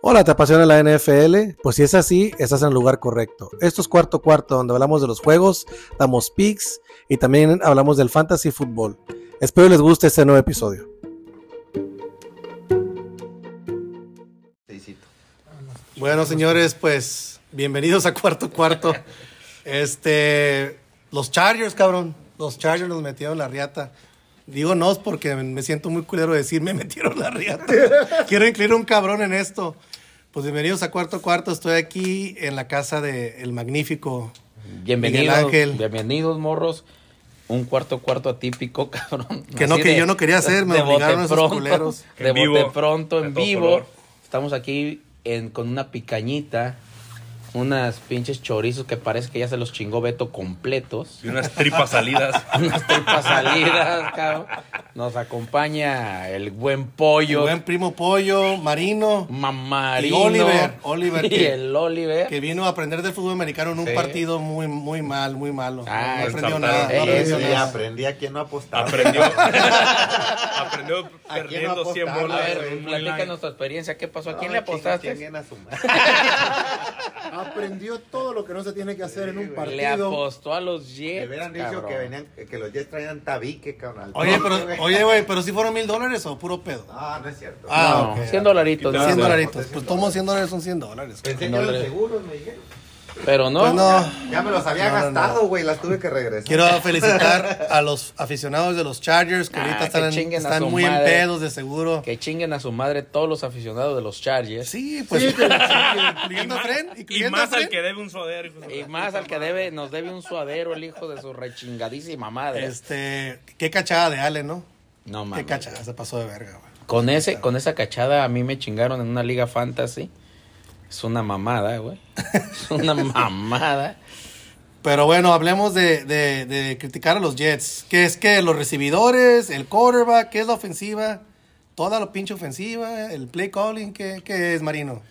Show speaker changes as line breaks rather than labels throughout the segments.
Hola, ¿te apasiona la NFL? Pues si es así, estás en el lugar correcto. Esto es Cuarto Cuarto, donde hablamos de los juegos, damos picks y también hablamos del fantasy fútbol. Espero les guste este nuevo episodio. Bueno, señores, pues bienvenidos a Cuarto Cuarto. Este, los Chargers, cabrón. Los Chargers nos metieron la riata. Digo nos porque me siento muy culero de decir me metieron la riata. Quiero incluir un cabrón en esto. Pues bienvenidos a Cuarto Cuarto. Estoy aquí en la casa de el magnífico. Miguel
Bienvenidos,
Ángel.
bienvenidos, morros. Un cuarto cuarto atípico, cabrón.
Que no,
Así
que yo no quería hacer, me
de bote
obligaron esos
pronto,
culeros.
De
En
bote
vivo,
pronto,
a
en
todo
vivo.
color.
Estamos aquí en- con una picañita, unas pinches chorizos que parece que ya se los chingó Beto completos.
Y unas tripas salidas.
Unas tripas salidas, cabrón. Nos acompaña el buen pollo.
Mi buen primo Pollo, Marino,
Mamarino.
Y Oliver, Oliver,
Y
que-
el Oliver.
que vino a aprender del fútbol americano en un
Sí.
partido muy, muy mal, muy malo.
Ah,
no aprendió
ensartaron.
nada. no
Ey, ese
aprendió
Sí,
nada.
aprendí a quién no apostar.
Aprendió. aprendió
¿A quién
perdiendo
no
100
apostaba,
A
bolas.
ver,
en un
platícanos
online.
tu experiencia. ¿Qué pasó? ¿A quién
No,
le
ching-
apostaste?
chinguen a su madre.
Aprendió todo lo que no se tiene que hacer en un
Le
partido.
apostó a los
Me
Jets.
hubieran dicho
cabrón.
que venían, que los Jets traían tabique, cabrón.
Oye,
No, güey.
pero, oye, güey, pero si fueron mil dólares o puro pedo.
No, no es cierto.
Ah,
No,
ok.
100 dolaritos.
Cien
nada
100
más.
dolaritos. Pues tomo 100 dólares, son 100 dólares.
Pensé que
no
eran
le-
seguros, me dijeron.
Pero no.
Pues no.
Ya me los había
No, no, no.
gastado, güey, las tuve que regresar.
Quiero felicitar a los aficionados de los Chargers que
Ah,
ahorita
que
están, en-
chinguen a
están
su
muy en
madre.
pedos de seguro.
Que chinguen a su madre todos los aficionados de los Chargers.
Sí, pues.
Sí, que-
Y
incluyendo a
más,
Fren.
y
incluyendo a
más al
Fren.
que debe un sodero. hijo de-
Y más al que debe, nos debe un suadero el hijo de su rechingadísima madre.
Este, qué cachada de Ale, ¿no?
no
Qué
mames.
cachada, se pasó de verga, güey.
Con ese, con esa cachada a mí me chingaron en una liga fantasy. Es una mamada, güey. Es una mamada.
Pero bueno, hablemos de, de- de criticar a los Jets. Que es que los recibidores, el quarterback, ¿qué es la ofensiva? Toda la pinche ofensiva, el play calling, ¿qué, qué es, Marino?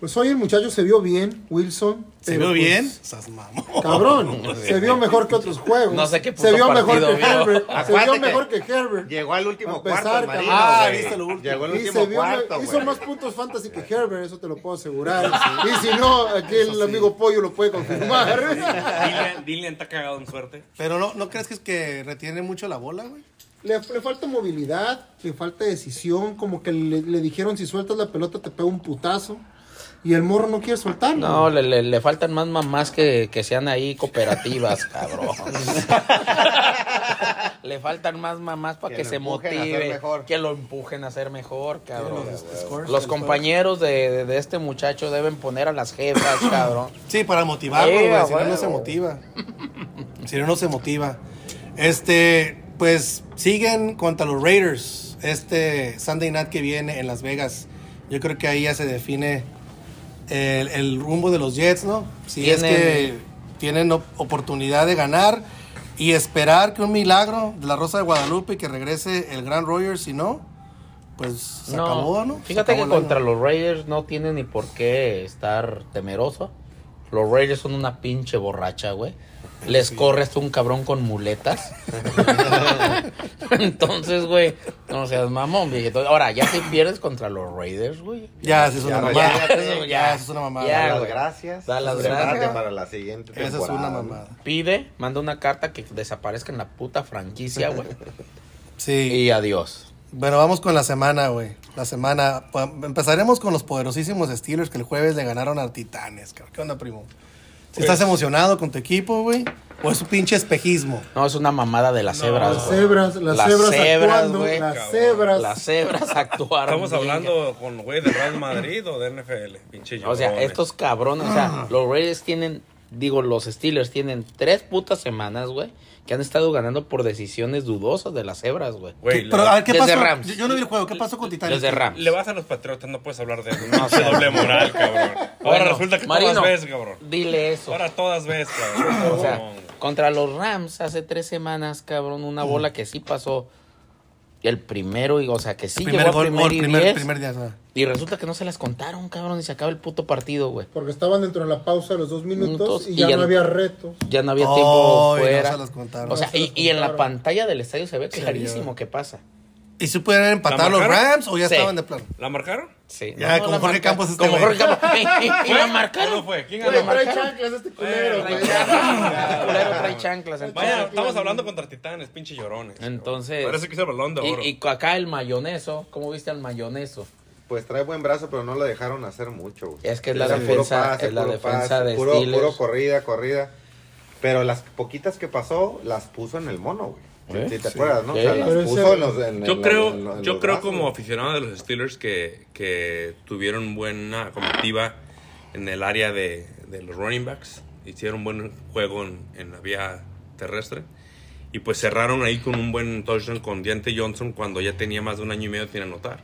Pues hoy el muchacho se vio bien, Wilson.
¿Se
pero
vio
pues,
bien? Oh, Sas mamón.
Cabrón, se vio mejor que otros juegos.
No sé qué puto
Se vio mejor
partido
que
vio.
Herbert. Se
Acuérdate
vio
que
mejor que Herbert.
Llegó al último
Para
cuarto,
empezar,
el marino,
cabrón.
Ah,
güey.
viste lo último.
Llegó al
Y
último
se vio,
cuarto,
hizo
güey.
más puntos fantasy que Herbert, eso te lo puedo asegurar. Y si no, aquí el amigo Pollo lo puede confirmar.
Dylan, Dylan está cagado en suerte.
Pero no, ¿no crees que, es que retiene mucho la bola, güey?
Le, le falta movilidad, le falta decisión, como que le, le dijeron si sueltas la pelota te pega un putazo. Y el morro no quiere soltar.
No, le, le- le faltan más mamás que, que sean ahí cooperativas, cabrón. le faltan más mamás para
Que
que,
lo
se
empujen a ser
motive,
mejor.
que lo empujen a ser mejor, cabrón.
los
Los,
scores, los
compañeros de, de- de este muchacho deben poner a las jefas, cabrón.
Sí, para motivarlo,
Sí,
güey.
a
si no, no
huevo.
se motiva. si no, no se motiva. Este, pues siguen contra los Raiders este Sunday night que viene en Las Vegas. Yo creo que ahí ya se define el, el rumbo de los Jets, ¿no? Si es
Tienen-
que tienen op- oportunidad de ganar y esperar que un milagro de la Rosa de Guadalupe y que regrese el Gran Rogers, si no, pues se
No,
acabó, ¿no? Se
Fíjate
acabó
que
el año.
contra los Raiders no tiene ni por qué estar temeroso. Los Raiders son una pinche borracha, güey. Les corre hasta un cabrón con muletas. Entonces, güey, no seas mamón, viejito. Ahora, ya si pierdes contra los Raiders, güey.
Ya, sí, es una
Ya,
mamada.
ya, eso, ya.
Ya, eso es una mamada.
Ya,
Da las
güey.
gracias. Pues,
Da las
Prepárate
gracias.
para la siguiente
Esa es
temporada,
una
¿no?
mamada.
Pide, manda una carta que desaparezca en la puta franquicia, güey.
Sí.
Y adiós.
Bueno, vamos con la semana, güey. La semana. pa- Empezaremos con los poderosísimos Steelers que el jueves le ganaron a Titanes. cabrón. ¿Qué onda, primo? Si
Pues-
estás emocionado con tu equipo, güey, o es un pinche espejismo.
No, es una mamada de las cebras,
Las
güey.
cebras, las,
Las
cebras,
cebras,
actuando,
güey.
las
Cabrón.
cebras.
Las cebras actuaron.
Estamos
bien,
hablando con güey de Real Madrid o de NFL. Pinche
O sea,
llorones.
estos cabrones, o
Ah.
sea, los Raiders tienen, digo, los Steelers tienen tres putas semanas, güey, que han estado ganando por decisiones dudosas de las cebras, güey.
Güey,
¿Qué-
le,
pero, a ver, ¿qué
Desde
pasó?
Rams.
Yo, yo no vi el juego. ¿Qué pasó con Titanes?
Los de Rams.
le vas a los patriotas, no puedes hablar de eso. No,
sea-
doble moral, cabrón. Ahora
Bueno,
resulta que
Marino,
todas ves, cabrón.
Dile eso.
Ahora todas ves, cabrón.
o sea,
No,
contra los Rams hace tres semanas, cabrón,
Mm.
una bola que sí pasó el primero, y, o sea, que sí
Primer
llegó
gol,
a primer,
gol,
y
primer,
diez,
primer día. ¿no?
y resulta que no se las contaron, cabrón, y se acaba el puto partido, güey.
Porque estaban dentro de la pausa de los dos minutos
Minutos,
y
y
ya
ya
no
no-
había retos.
Ya no había
Ay,
tiempo
no
fuera.
se las contaron.
o sea,
No se
y,
las
y en la
contaron.
pantalla del estadio se ve clarísimo
vio.
qué pasa.
¿Y si pudieran empatar los
marcaron?
Rams o ya
Sí.
estaban de plano?
¿La marcaron?
Sí,
Ya, como
la
Jorge
marca-
Campos este
Como
güey.
Jorge Campos. Y- y la
¿Cuándo
marcaron.
fue? ¿Quién
Güey,
ganó?
trae chanclas este culero,
Trae
güey.
chanclas, el culero trae chanclas. entonces-
Vaya, estamos hablando contra titanes, pinche llorones.
Entonces.
Parece que hizo el balón de oro.
Y, y acá el mayoneso. ¿Cómo viste al mayoneso?
Pues trae buen brazo, pero no lo dejaron hacer mucho. güey.
Es que es la
Era puro
defensa- es la
puro
defensa de
puro,
Steelers.
puro corrida, corrida. Pero las poquitas que pasó, las puso en el mono, güey.
¿Eh?
Si te acuerdas, ¿no?
Sí.
O sea,
Pero
las
ese-
puso en los. en- en
Yo
los-
creo,
en los- en
yo
los
creo
brazos,
como
güey.
aficionado de los Steelers que, que tuvieron buena comitiva en el área de, de los running backs. Hicieron buen juego en, en la vía terrestre. Y pues cerraron ahí con un buen touchdown con Deontay Johnson cuando ya tenía más de un año y medio sin anotar.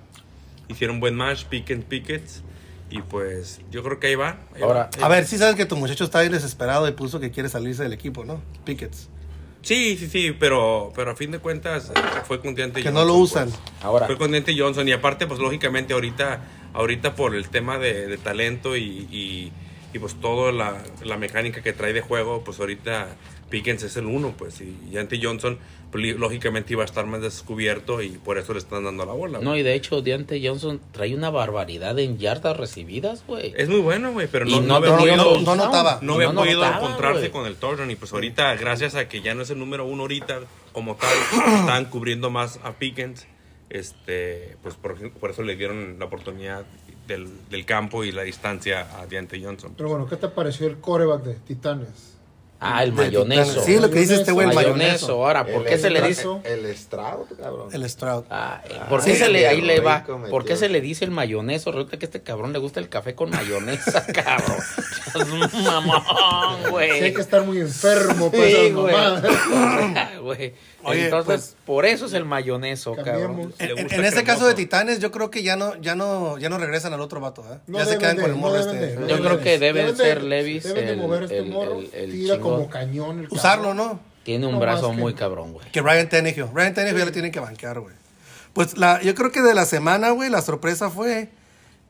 Hicieron buen match, pick and pickets. Y pues yo creo que ahí va. ahí va.
Ahora,
A ver, sí sabes que tu muchacho está ahí desesperado y puso que quiere salirse del equipo, ¿no? Pickets.
Sí, sí, sí, pero, pero a fin de cuentas eh, fue con Deontay
Que no lo
Johnson,
usan.
pues.
Ahora.
Fue con Dante Johnson. Y aparte, pues lógicamente ahorita, ahorita por el tema de, de talento y, y- y, pues toda la, la mecánica que trae de juego, pues ahorita Pickens es el uno, pues. Y Dante Johnson, pues, li- lógicamente iba a estar más descubierto y por eso le están dando la bola.
No,
güey.
y de hecho, Deante Johnson trae una barbaridad en yardas recibidas, güey.
es muy bueno, güey, pero
Y
no, no había
no- no-
podido-
no- notaba.
no había
No
podido
notaba,
encontrarse
güey.
con el touchdown y pues ahorita gracias a que ya no es el número uno ahorita como tal están cubriendo más a Pickens este pues por, por eso le dieron la oportunidad del, del campo y la distancia a Deante Johnson
Pero bueno, ¿qué te pareció el coreback de Titanes?
Ah, el
De
mayoneso.
Titanes. Sí, lo que dice este güey, el
mayoneso.
mayoneso.
Ahora, ¿por
El
qué se le
Stroud-
dice?
El Stroud, cabrón.
El Stroud.
Ah, ¿Por
Ah,
qué
sí,
se le, ahí le va?
rico, metió.
¿Por qué se le dice el mayoneso? Resulta que a este cabrón le gusta el café con mayonesa, cabrón. Es un mamón,
Sí, hay
güey.
que estar muy enfermo para
Sí,
esas
güey.
mamadas.
Güey.
Oye,
Entonces,
pues,
por eso es el mayoneso, cabrón.
Cambiemos.
Le
En,
gusta
en este
cremoso.
caso de Titanes, yo creo que ya no, ya no, ya no regresan al otro vato, ¿eh?
No
ya se
deben
quedan
de,
con el
no
morro
deben
este.
de,
Yo
no
creo
deben
que debe
deben
de ser Levis
Deben de
el-
mover este
el-
morro.
el- el
tira
chingón.
como cañón. El
Usarlo,
cabrón.
¿no?
Tiene un
No
brazo
más que-
muy cabrón, güey.
Que Ryan Tannehill. Ryan Tannehill ya le tienen que banquear, güey. Pues la, yo creo que de la semana, güey, la sorpresa fue.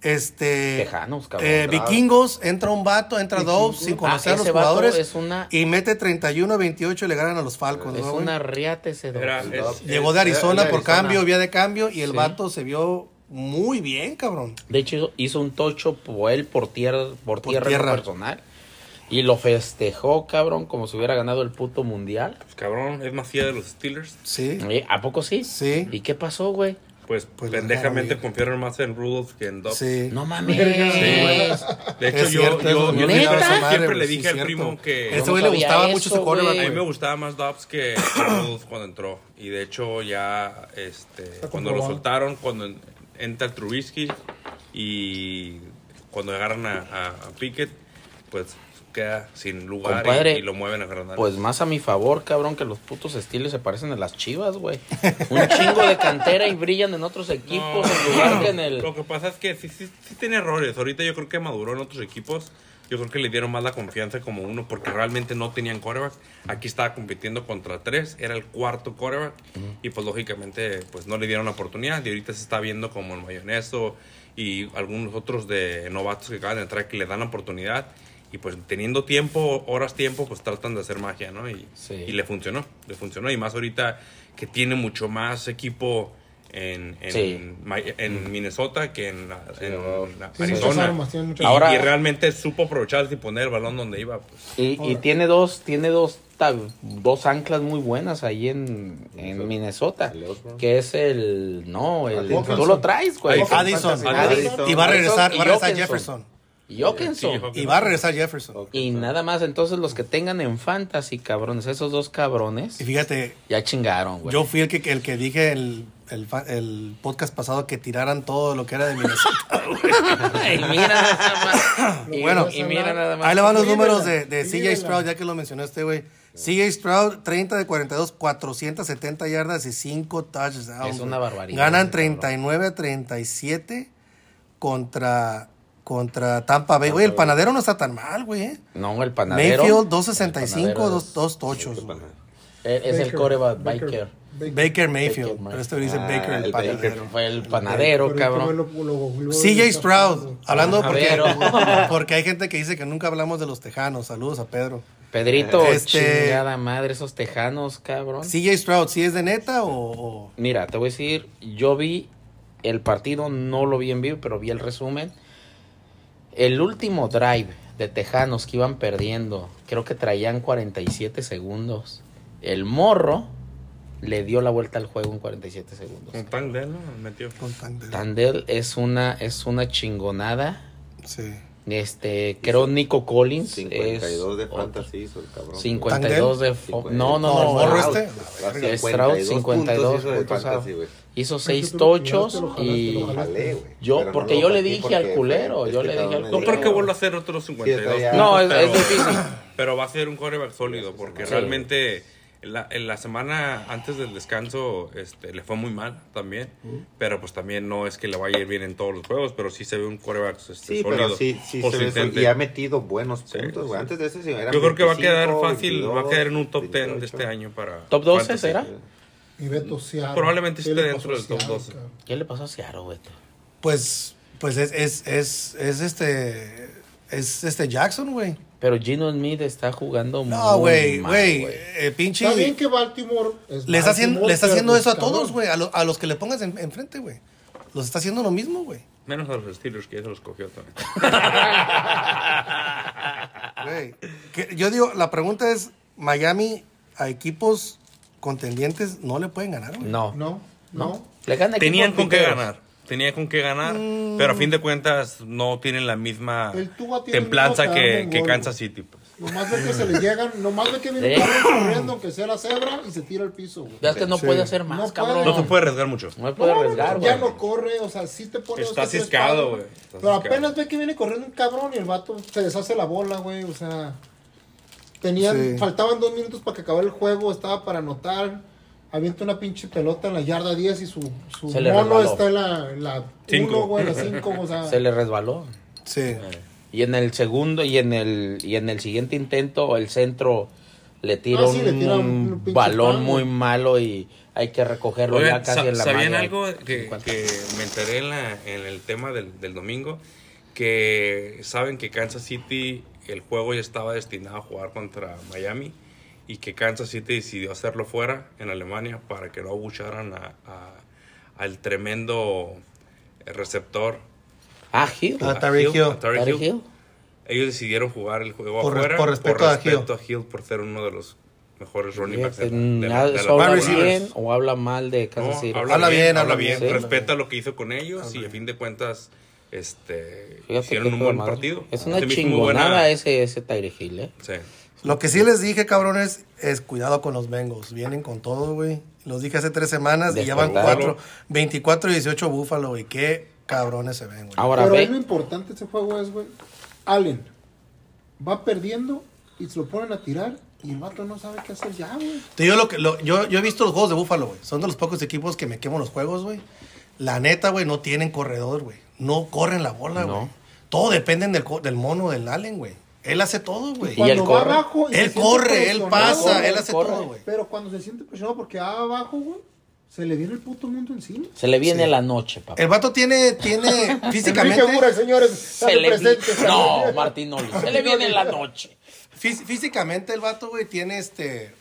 Este.
Tejanos, cabrón.
eh, vikingos, entra un vato, entra Dobbs sin conocer
Ah,
a los
ese vato
jugadores.
es una-
Y mete 31-28 y le ganan a los Falcons,
Es
¿no, Pues güey?
una riata ese dos.
Era- es-
Llegó de Arizona
de
por
Arizona.
cambio, vía de cambio, y el
Sí.
vato se vio muy bien, cabrón.
De hecho, hizo un tocho por él por tierra, por
Por
tierra, en lo
tierra.
personal. Y lo festejó, cabrón, como si hubiera ganado el puto mundial.
pues, cabrón es más fiel de los Steelers
Sí.
Oye, ¿A poco sí?
Sí.
¿Y qué pasó, güey?
pues,
Pues,
pendejamente
claro,
confiaron más en Rudolph que en Dobbs
Sí.
No mames.
Sí. de hecho
Es
yo,
cierto,
yo-
eso
yo
no
siempre,
me daba
madre,
siempre
güey,
le
sí,
dije al
cierto.
primo que
Ese
no
güey le
sabía
gustaba mucho
eso,
su coreback,
güey.
A mí me
güey.
gustaba más Dobbs que Rudolph cuando entró. Y de hecho ya este, cuando lo
comprobado.
soltaron, cuando en- entra Trubisky y cuando agarran a, a- a Pickett, pues queda sin lugar y-
Compadre,
y, lo mueven a Granada.
Pues más a mi favor, cabrón, que los putos estilos se parecen a las chivas, güey. Un chingo de cantera y brillan en otros equipos en lugar que en el.
Lo que pasa es que sí, sí, sí tiene errores. Ahorita yo creo que maduró en otros equipos. Yo creo que le dieron más la confianza como uno porque realmente no tenían coreback. Aquí estaba compitiendo contra tres, era el cuarto coreback. Y pues lógicamente pues no le dieron la oportunidad. Y ahorita se está viendo como el mayoneso y algunos otros de novatos que acaban de entrar que le dan la oportunidad. Y pues teniendo tiempo, horas tiempo, pues tratan de hacer magia, ¿no? Y,
Sí.
y le funcionó, le funcionó. Y más ahorita que tiene mucho más equipo en, en,
Sí. Mm.
Ma- en Minnesota que en, la- en la-
Sí, muchas
Arizona.
armas, tiene muchas
y,
Ahora-
y realmente supo aprovecharse y poner el balón donde iba. Pues.
Y, y tiene dos, tiene dos, ta- dos anclas muy buenas ahí en, en Minnesota.
El Osborne.
Que es el. No, el.
Hawkinson.
Tú lo traes, güey.
Ahí.
Addison.
Addison.
Y va a regresar,
Y
va a regresar
Hawkinson.
Jefferson.
Y Hawkinson.
Sí, Hawkinson.
Y va a regresar Jefferson.
Y nada más, entonces los que tengan en fantasy, cabrones, esos dos cabrones,
Y fíjate,
ya chingaron, güey.
yo fui el que, el que dije el, el, fa- el podcast pasado que tiraran todo lo que era de Minnesota.
y mira nada más. Y,
Bueno.
y mira nada más.
Ahí le van los
Escríbela,
números de, de
escríbela.
CJ Stroud, ya que lo mencionó este güey. CJ Stroud, 30 de 42, 470 yardas y 5 touchdowns.
Es una
güey.
barbaridad,
Ganan
ese
39 a 37 contra, contra Tampa Bay. Güey, el panadero no está tan mal, güey. eh.
No, el panadero.
Mayfield,
El
265,
panadero
dos,
es-
dos tochos, güey.
Es, es el
Baker,
coreback
Baker,
Biker.
Baker Mayfield.
Baker Mayfield.
pero este güey dice
Ah,
Baker, el,
el Baker.
panadero.
Fue el panadero,
Pero este güey
cabrón.
lo- lo- lo- lo-
CJ Stroud, hablando
Panadero.
porque, porque hay gente que dice que nunca hablamos de los tejanos. Saludos a Pedro.
Pedrito,
Este-
chingada madre, esos tejanos, cabrón.
CJ Stroud, ¿sí es de neta o.? o-
Mira, te voy a decir, yo vi el partido, no lo vi en vivo, pero vi el resumen. El último drive de Tejanos que iban perdiendo, creo que traían 47 segundos. El morro le dio la vuelta al juego en 47 segundos.
Con tan de él, ¿no? Metió.
con tan de-
Tandel es una, es una chingonada.
Sí.
Este, creo Nico Collins.
52 de
es
fantasy hizo el cabrón.
52 de... fo- No, no, no.
No, el morro
Stroud.
este.
Stroud,
52
52
puntos hizo de
puntos, ah.
fantasy, güey.
Hizo
Ay,
seis
tú te lo
tochos
jalaste, lo
y...
jalaste, lo jalaste.
Jalé, güey.
Yo-
Pero no
porque
lo
yo le
batí
dije
porque
al culero,
fue-
yo
es
le
que
dije al
cabrón,
No
culero.
es
creo que
de-
vuelva a hacer otros 52
Sí, está ya.
No, es,
puntos,
es
pero-
difícil.
Pero va a ser un coreback sólido, porque
Sí.
realmente la, en la semana antes del descanso este, le fue muy mal también. Pero pues también no es que le vaya a ir bien en todos los juegos, pero sí se ve un coreback este,
Sí,
sólido.
pero sí, sí se ve
consistente.
sol- y ha metido buenos
Sí,
puntos, güey.
sí.
Antes de ese sí era
Yo creo que va a
25,
quedar fácil, va a
22,
quedar en un top 10 de
18.
este año para...
¿Top 12
fantasy.
será?
Y Beto Seattle.
Probablemente
¿Qué
esté
le
dentro
pasó a
del top
Seattle,
12?
cabrón?
¿Qué le pasó a Seattle, güey?
Pues, pues es, es, es, es este. Es este Jackson, güey.
Pero Gino Smith está jugando muy
No, güey,
mal,
güey. eh, pinche.
Está bien que Baltimore. es
Le está haciendo,
Baltimore,
le está haciendo
pero,
eso a
cabrón,
todos, güey. A, lo- a los que le pongas en- enfrente, güey. Los está haciendo lo mismo, güey.
Menos a los Steelers, que ya se los cogió también.
Güey, que- Yo digo, la pregunta es: Miami a equipos contendientes no le pueden ganar, güey.
No.
No, no.
Le gana equipos
Tenían con qué
piteros.
ganar. Tenían con qué ganar, pero a fin de cuentas no tienen la misma
El Tua tiene
templanza
miedo a cagarle
que,
un
que
gol,
Kansas
güey.
City. pues.
Nomás ve que se le llegan, nomás ve que viene
Sí.
un cabrón corriendo, aunque sea la cebra, y se tira al piso, güey.
Ya es que no
Sí.
puede hacer más,
No
cabrón.
puede.
No se puede arriesgar mucho.
No se puede
No,
arriesgar,
Ya
güey.
no corre, o sea, sí te pone.
Está
dos que tres
ciscado,
pasos,
güey. Está
Pero
ciscado.
apenas ve que viene corriendo un cabrón y el vato se deshace la bola, güey. O sea, tenían,
Sí.
faltaban dos minutos para que acabara el juego, estaba para anotar. Avienta una pinche pelota en la yarda 10 y su, su
Se le
mono
resbaló.
está en la, en la
Cinco.
1, güey, en la 5, o sea.
Se le resbaló.
Sí.
Y en el segundo y en el, y en el siguiente intento, el centro le tira,
Ah, sí,
un,
le tira un-
un
un pinche
balón
pan,
muy
güey.
malo y hay que recogerlo
Oigan,
ya casi
sa-
en la
¿Sabían
malla.
algo que,
50.
que me enteré en, la- en el tema del, del domingo? Que saben que Kansas City, el juego ya estaba destinado a jugar contra Miami y que Kansas City decidió hacerlo fuera, en Alemania, para que no abucharan a- a- al tremendo receptor.
Ah, Hill.
Ah,
a
Tyreek Hill.
a Tyreek
Tyreek
Hill.
Hill.
Ellos decidieron jugar el juego
Por re-
afuera
por respeto a
respeto a Hill por ser uno de los mejores running backs de,
Mm,
de la- de la
¿Eso habla
temporada.
bien o habla mal de Kansas
No,
City?
habla,
Habla
bien,
bien,
habla
habla
bien.
bien.
Respeta lo que hizo con ellos y a fin de cuentas este,
Fíjate
hicieron
qué
un
fue,
buen
madre.
partido.
Es una
Se me hizo muy buena-
chingonada ese, ese Tyreek Hill, ¿eh?
Sí.
Lo que sí les dije, cabrones, es cuidado con los Bengals. Vienen con todo, güey. Los dije hace tres semanas y ya van
Despertaron.
cuatro. 24 y 18 Búfalo, güey. Qué cabrones se ven, güey.
Ahora
Pero ahí lo
ve.
importante de ese juego es, güey, Allen va perdiendo y se lo ponen a tirar y el vato no sabe qué hacer ya, güey.
Te digo lo que. lo- yo, yo he visto los juegos de Búfalo, güey. Son de los pocos equipos que me quemo los juegos, güey. La neta, güey, no tienen corredor, güey. No corren la bola,
No.
güey. Todo depende del, co- del mono del Allen, güey. Él hace todo, güey.
Y él
Cuando va
corre.
abajo y se
Él
siente
corre, él
presionado,
pasa,
güey,
él hace
corre.
todo, güey.
Pero cuando se siente presionado porque va abajo, güey, se le viene el puto mundo encima.
Se le viene la noche, papá.
El vato tiene, tiene físicamente,
Enrique Burak, señores,
Se
se
le vi-
presente.
No, Martín Oli. Se le viene la noche.
fí- físicamente el vato, güey, tiene este,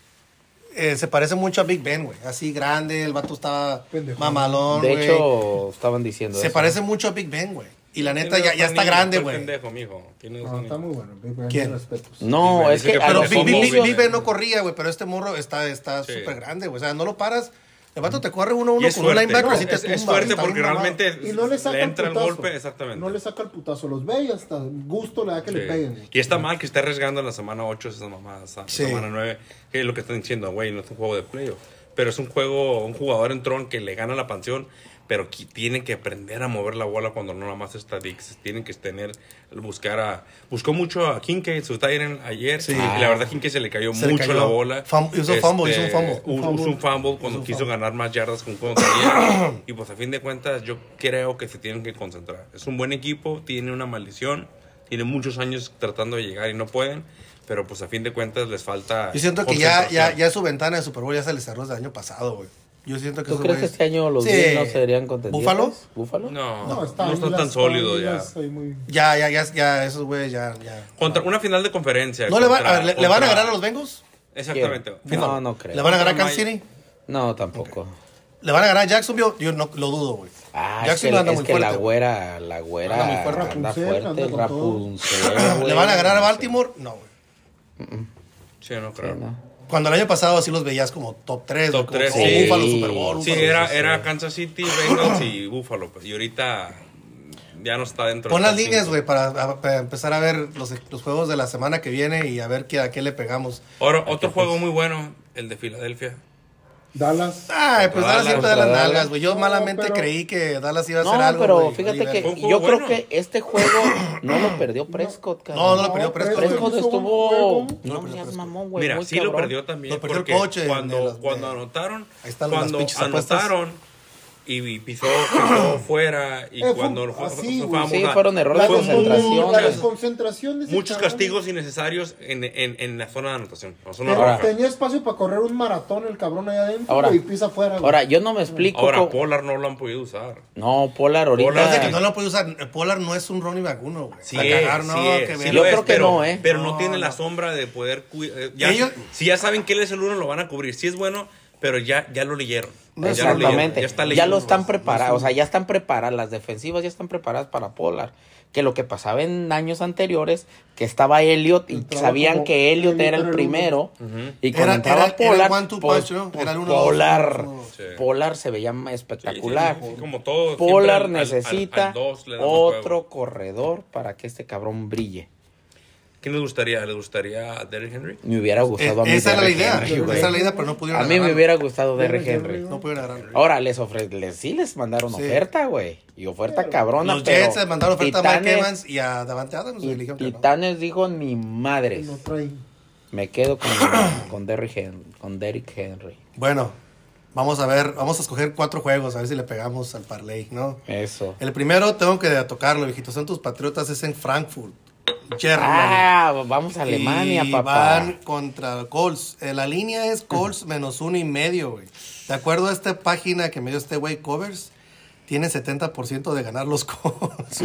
eh, se parece mucho a Big Ben, güey, así grande, el vato está
Pendejo.
mamalón,
De
güey.
hecho, estaban diciendo
se
eso.
parece mucho a Big Ben, güey. Y la neta
Tiene
ya,
dos
ya está
anillos,
grande,
fue
güey.
pendejo, mijo. Tiene dos
No, está
anillos.
muy bueno. Big Ben,
¿Quién?
mis respetos.
No,
Sí,
es que
dice que
a
Pero
los
parece
Big, Big-
móvil,
Big-
inicios-
güey.
Big Ben no corría, güey, pero este morro está está
Sí.
súper grande, güey. O sea, no lo paras. El vato te corre uno a
Y
uno
es
con un
suerte,
linebacker
no,
y te
es,
tumba.
es suerte
está bien
porque
mamado.
realmente
Y no le saca el
entra el
putazo.
golpe, exactamente.
No le saca el putazo. Los ve y hasta gusto le da que le
Sí.
peguen. güey.
Y está mal que esté arriesgando en la semana 8 esa mamada, esa
Sí.
semana 9, que es lo que están diciendo, güey, no es un juego de playoff. Pero es un juego, un jugador en Tron que le gana la pansión, pero que tiene que aprender a mover la bola cuando no nada más está Dix. Tienen que tener, buscar a. Buscó mucho a Kincaid, su Tyren ayer, y la verdad Kincaid se le cayó
Se le
mucho
cayó.
la bola. Este,
Fum- hizo fumble, hizo un fumble.
u-
Un fumble.
Hizo un fumble cuando quiso ganar más yardas con cuando tenía. y pues a fin de cuentas yo creo que se tienen que concentrar. Es un buen equipo, tiene una maldición, tiene muchos años tratando de llegar y no pueden, pero pues a fin de cuentas les falta
Yo siento que ya, ya,
concentración.
ya su ventana de Super Bowl ya se le cerró desde el año pasado, güey. Yo siento que
¿Tú
esos
crees que
güeyes-
este año los
Sí.
Bills no serían contendientes?
¿Búfalos?
¿Búfalos?
No,
No,
no
está
está,
ahí las-
tan sólido
ahí
ya.
las- ahí muy-
Ya, ya, ya, ya, esos güeyes ya, ya.
Contra una final de conferencia.
¿No le, va-
contra-
a ver, ¿le, le van a
contra-
ganar a los Bengals?
Exactamente.
¿Quién? No, no creo.
¿Le van a ganar a
Contra
Kansas
May-
City?
No, tampoco.
¿Le van a ganar a Jacksonville? Yo no lo dudo, güey.
Ah, es que,
Jacksonville anda
es
muy
que la
fuerte.
güera, la güera
Anda
anda,
muy fuerte,
Rapunzel,
fuerte,
anda con
Rapunzel, güey.
¿Le van a ganar a Baltimore? No, güey.
Sí, no
Sí,
creo.
no.
Cuando el año pasado sí los veías como top 3.
Top tres,
como
sí.
Búfalo, Super Bowl.
Sí,
Búfalo.
era, era Kansas City, Bengals y Buffalo. pues, Y ahorita ya no está dentro.
Pon
del
las
top
líneas,
cinco.
güey, para, para empezar a ver los, los juegos de la semana que viene y a ver qué, a qué le pegamos.
Ahora, otro juego muy bueno, el de Filadelfia.
Dallas.
Ay, pues
Contra
Dallas siempre da
Dallas.
las nalgas, güey. Yo
No,
malamente
pero-
creí que Dallas iba a
No,
hacer algo.
pero
güey.
fíjate
Vale,
que
verga.
Fue un juego
yo creo
bueno.
que este juego no lo perdió Prescott, cabrón.
No, no lo perdió
Prescott
Prescott.
Prescott
hizo un
estuvo.
juego.
No lo
No,
perdió
seas
Prescott.
mamón, güey.
Mira,
muy
sí lo
cabrón.
perdió también.
Lo perdió el
porque
coche de
Cuando,
las- de-
cuando anotaron,
Ahí están las
cuando
pinches apuestas.
anotaron y, y pisó, pisó fuera. Y
Eh, fue-
cuando fue-
así,
fue-
güey.
fue-
Sí,
fue-
fueron errores
La
fue
de
mucho-
descon- La
concentración.
desconcentración de ese
Muchos
cabrón.
castigos innecesarios en, en, en la zona de anotación. La zona
Pero
roja.
tenía espacio para correr un maratón el cabrón allá adentro
Ahora-
güey, y pisa afuera. güey.
Ahora, yo no me explico.
Ahora,
cómo-
Polar no lo han podido usar.
No, Polar
Polar
Parece
es
ahorita.
que no lo puede usar. Polar no es un running back uno, güey.
Sí,
La
es,
cagaron,
sí
no,
es,
qué
sí
verga.
lo
Yo
es,
creo que
pero-
no, ¿eh?
Pero no,
No,
tiene la
no.
sombra de poder cuidar. ya,
Ellos-
Si ya saben que él es el uno, lo van a cubrir. Sí es bueno, pero ya, ya lo leyeron. Ya lo leyeron,
Exactamente.
está
Ya,
leyendo.
lo están preparados, o sea, ya están preparadas, las defensivas ya están preparadas para Polar. Que lo que pasaba en años anteriores, que estaba Elliot y
Entraba
sabían
como-
que Elliot era el
Ujú.
primero. Y
Era-
cuando entraba
era- era el
Polar,
one-two
pues,
punch, ¿no?
pues,
Era el uno, dos,
Polar,
uno, dos.
Sí.
Polar se veía más
Sí, sí, sí,
espectacular.
sí, como todos, siempre al-
Polar
al-
necesita
al- al dos le damos
otro
juego.
corredor para que este cabrón brille.
¿Quién le gustaría? ¿Le gustaría a Derrick Henry?
Me hubiera
Eh,
gustado Pues, a mí.
esa era la
Derrick
idea.
Henry,
Esa
güey.
era la idea, pero no pudieron
a mí me
agarrarlo.
hubiera gustado Derrick
Derrick
Henry.
Henry.
No pues, pudieron agarrarlo.
Ahora, les ofre, les, sí les mandaron
Sí.
oferta, güey. Y oferta cabrona,
Los
pero
Jets le mandaron oferta a Mike
Titanes-
Evans y a Davante Adams. Y,
y
dijeron que no.
Titanes dijo, ni
Y
madres.
no trae.
Me quedo con, con, Derrick Henry, con Derrick Henry.
Bueno, vamos a ver, vamos a escoger cuatro juegos, a ver si le pegamos al parlay, ¿no?
Eso.
El primero tengo que tocarlo, viejitos. Son tus patriotas, es en Frankfurt. Germany.
Ah, vamos a Alemania,
y
papá.
Van contra Colts. Eh, la línea es Colts menos uno y medio, güey. De acuerdo a esta página que me dio este güey, Covers, tiene 70% de ganar los Colts.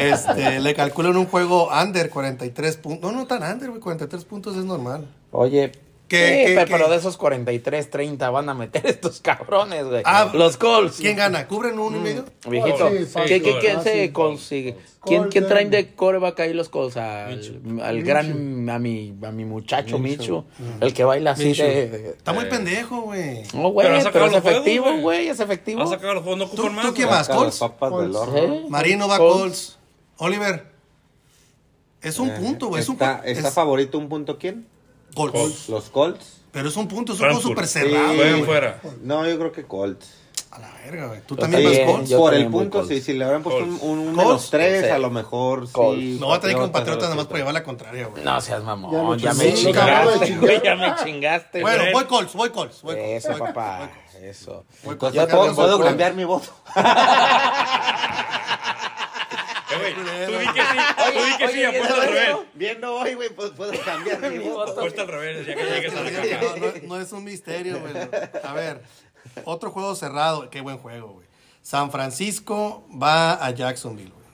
este, le calculan un juego under 43 puntos. No, no tan under, güey. 43 puntos es normal.
Oye.
¿Qué,
sí,
qué,
pero,
qué?
pero de esos 43, 30 van a meter estos cabrones, güey.
Ah,
Eh, Los Colts.
¿Quién gana? ¿Cubren uno y medio?
Viejito,
Sí, fácil,
¿qué, qué,
Colts.
quién se
Fácil,
consigue?
Colts.
¿Quién,
Colts,
¿Quién traen
Denver.
de coreback ahí los Colts? Al, al gran, a mi, a mi muchacho Michu, el que baila así
Minshew.
de... de-
Está muy pendejo, güey.
No, güey,
Pero ha
pero,
sacado
es
los juegos,
efectivo,
güey.
güey, es efectivo. ¿Eh?
Ha sacado los juegos, no
¿Tú,
ocupan
tú
más.
quién
güey.
vas? ¿Colts?
Colts.
Sí.
Marino va
Colts.
Colts. Oliver. Es un punto, güey. Es un
Eh, Está,
pu-
está
es
favorito un punto quién?
Colts.
Los Colts.
Pero es un punto, es un juego
Frankfurt.
súper cerrado.
Sí.
güey.
Juegan fuera.
No, yo creo que Colts.
A la verga, güey. ¿Tú
Yo
también vas
Sí,
también,
Colts?
yo
por
también
el
voy
punto,
Colts.
sí, si le habrán puesto un,
Colts.
un
Colts.
menos tres,
Sí.
a lo mejor
Colts.
sí.
No va a traer con Patriotas
no,
nada más para
no.
llevar la contraria, güey.
No seas
Ya lo
mamón, ya, me
chingaste.
Sí, acabo de
chingaste, güey, ya
chingar.
me chingaste.
Bueno,
güey.
voy Colts, voy Colts. Voy Colts,
Eso,
voy Colts,
papá,
voy Colts.
eso.
Entonces,
Yo
¿puedo,
también
puedo
voy Colts.
cambiar mi voto?
Eh, güey, Tú di que sí, tú di que
Oye,
sí,
oye,
apuesta al
¿eso?
revés.
Viendo hoy, güey, pues puedo cambiar mi
Mi
voto.
voto.
Apuesta al revés, ya que llegues a la caja.
No, no- no es un misterio, güey. A ver, otro juego cerrado. Qué buen juego, güey. San Francisco va a Jacksonville, güey.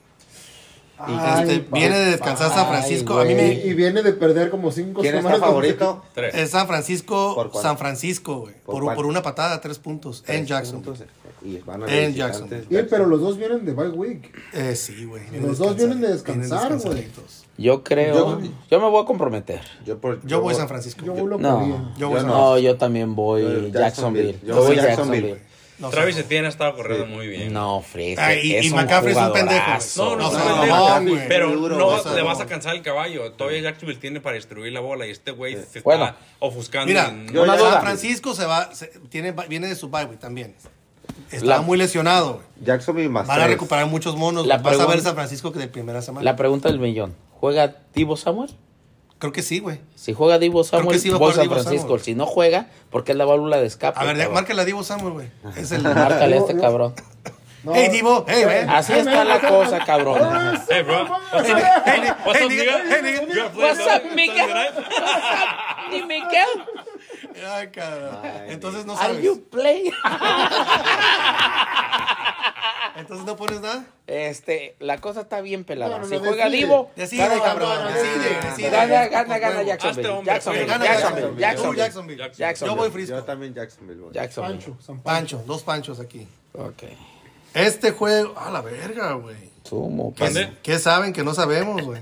Ay,
Este,
papá.
viene de descansar San
ay,
Francisco. A mí
Y,
me,
y viene de perder como cinco
¿Quién es
semanas.
tu favorito?
Tres.
Es San Francisco,
¿Por cuánto?
San Francisco, güey.
¿Por
Por,
cuánto?
por una patada, tres puntos. en Jacksonville.
Este, Y van a
En
visitantes.
Jacksonville.
Sí, pero los dos vienen de bye week.
Eh, sí, güey.
Los dos vienen de descansar, güey.
descansaditos.
Yo creo,
Yo-
yo me voy a comprometer.
Yo, por-
Yo voy a San Francisco.
Yo lo
No,
no.
Yo
yo,
voy a San
no, yo también voy
Yo voy
Jacksonville.
a Jacksonville.
Yo
Yo
voy
voy Jacksonville,
Jacksonville.
No sé,
Travis
güey.
Etienne ha estado corriendo muy bien.
No, fresco.
Ah, y- y McCaffrey es un pendejo, güey.
No, no,
No,
no,
no,
no,
no, güey.
pero
Duro,
no
o sea,
le
no.
vas a cansar el caballo. Todavía Jacksonville tiene para distribuir la bola y este güey se está
Bueno.
ofuscando.
Mira,
y
Yo
no-
ya-
San
duda.
Francisco se va, se- tiene, va- viene de su bye, güey, también. Está
La-
muy lesionado, güey.
Jacksonville más
Van a
tres.
recuperar muchos monos.
La
güey. Vas a ver
pregunta-
San Francisco que de primera semana.
La pregunta del millón. ¿Juega Divo Samuel?
Creo que sí, güey.
Si juega Divo Samuel,
que sí va a
voy a
jugar
San
Divo
Francisco.
Samuel.
Si no juega, porque es la válvula de escape.
A ver, de-
cabrón.
márcale a Divo Samuel, güey. Es el...
Márcale a este cabrón.
Hey, Divo, hey, ven.
Así está la cosa, cabrón.
Ah,
Hey, bro. What's up? What's up, nigga? You are playing
What's up,
Thursday
nigga?
night?
¿Y Miguel?
Ay, cabrón.
Ay,
Entonces no
Are
sabes.
you play?
Entonces no pones nada.
Este, la cosa está bien pelada.
No, no,
si
no,
juega
decide.
Divo,
Decide,
gana,
cabrón,
gana,
decide,
gana,
decide.
Gana, gana, gana
Hazte
Jacksonville.
hombre,
Jacksonville,
juega.
Gana
Jacksonville,
Jacksonville.
Jacksonville.
Tú, Jacksonville.
Jacksonville.
Yo voy
Yo
frisco.
también Jacksonville. voy.
Jacksonville.
Pancho, San Pancho.
Pancho, dos panchos aquí.
Ok.
Este juego. A la verga, güey.
Sumo, pues,
¿Qué,
¿Mande?
qué saben que no sabemos, güey?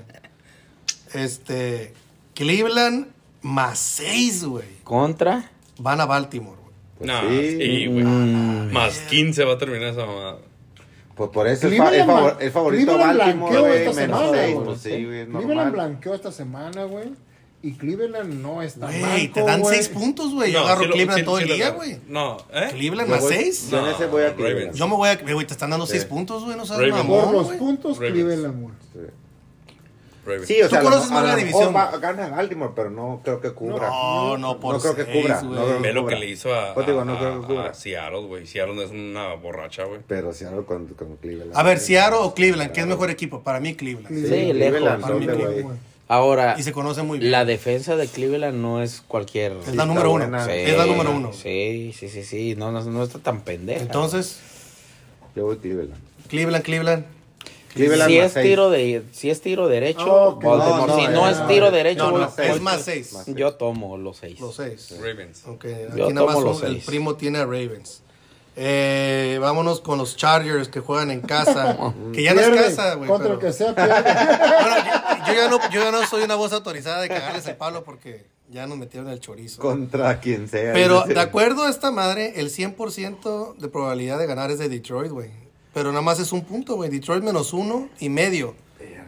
Este. Cleveland más seis, güey.
Contra.
Van a Baltimore, güey.
No,
Pues sí. Mm.
sí, güey. Más 15 va a terminar esa mamada.
Pues por eso el, fa- el
Cleveland
favor-
blan-
el favorito
Cleveland
Baltimore,
blanqueó
güey,
esta
menos
semana,
seis,
güey.
pues sí, güey, es
Cleveland
normal.
blanqueó esta semana, güey. Y Cleveland no está
Güey,
blanco,
te dan
güey.
seis puntos, güey. Yo
No,
agarro
sí lo-
Cleveland
sí-
todo
sí
el
lo
día,
agarro.
güey.
No, ¿eh?
Cleveland
Yo
más
voy-
seis.
Yo en ese voy a
No, Ravens.
Cleveland.
Yo me voy a. Güey, te están dando seis puntos, güey. No sabes,
Ravens.
mamón,
Por los
güey.
puntos,
Ravens.
Cleveland, güey.
Ravens.
Sí, o
Tú
sea, a lo
conoces
mejor-
más la
a lo mejor
división.
va- gana Baltimore, pero no creo que cubra.
No, no, por
No creo que
seis,
cubra.
güey.
no creo
Ve lo
cubra.
que le hizo a,
Pues digo, no
a-
creo que
a-
cubra.
a Seattle, güey. Seattle no es una borracha, güey.
Pero Seattle con, con Cleveland.
A ver, Seattle o Cleveland, ¿qué es mejor equipo? Para mí, Cleveland.
Sí, lejos.
Sí, Cleveland,
Para mí,
¿dónde,
Cleveland,
güey?
Ahora,
Y se conoce muy bien.
la defensa de Cleveland no es cualquier.
Es la
Sí,
número
está
uno.
buena.
Es la número uno.
Sí, sí, sí, sí. No, no, no está tan pendeja.
Entonces,
Yo voy Cleveland.
Cleveland, Cleveland.
Cleveland
si
más
es
seis.
tiro de si es tiro derecho
Oh, que
Baltimore.
no,
si
no,
no
eh,
es
no,
tiro
eh,
derecho
No, no,
voy-
es
voy-
más seis.
yo tomo los seis
Los seis.
Ravens.
Ok,
Yo
aquí nada más
tomo los
un- el
seis.
primo tiene a Ravens. Eh, vámonos con los Chargers que juegan en casa. que ya no es
Pierde,
casa, güey.
Contra
pero-
el que sea, pierde.
Bueno, yo, yo ya no, yo ya no soy una voz autorizada de cagarles el palo porque ya nos metieron el chorizo.
Contra quien sea.
Pero
dice.
de acuerdo a esta madre, el 100% de probabilidad de ganar es de Detroit, güey. Pero nada más es un punto, güey. Detroit menos uno y medio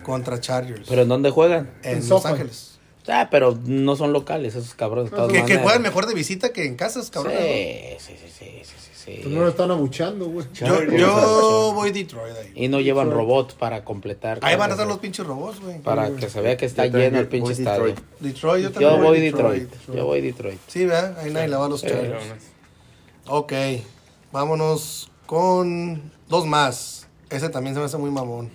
contra Chargers.
pero en dónde juegan
en
En
Los
SoFi.
Estados
ah pero no son locales esos cabrones de todas
Que, que
maneras.
juegan mejor de visita que en casas, cabrón. Pues
sí sí sí sí sí, sí, sí.
Pues No lo están abuchando, güey.
Yo, yo voy Detroit ahí.
y no llevan robot para completar
Ahí van a estar los pinches robots, güey.
para que se vea que está
Yo también
lleno el
voy
pinche estadio
Detroit.
Detroit, yo
yo,
también
voy Detroit. yo voy Detroit
Sí, ¿verdad? Ahí nadie la va a los Chargers. Ok, vámonos con dos más. Ese también se me hace muy mamón.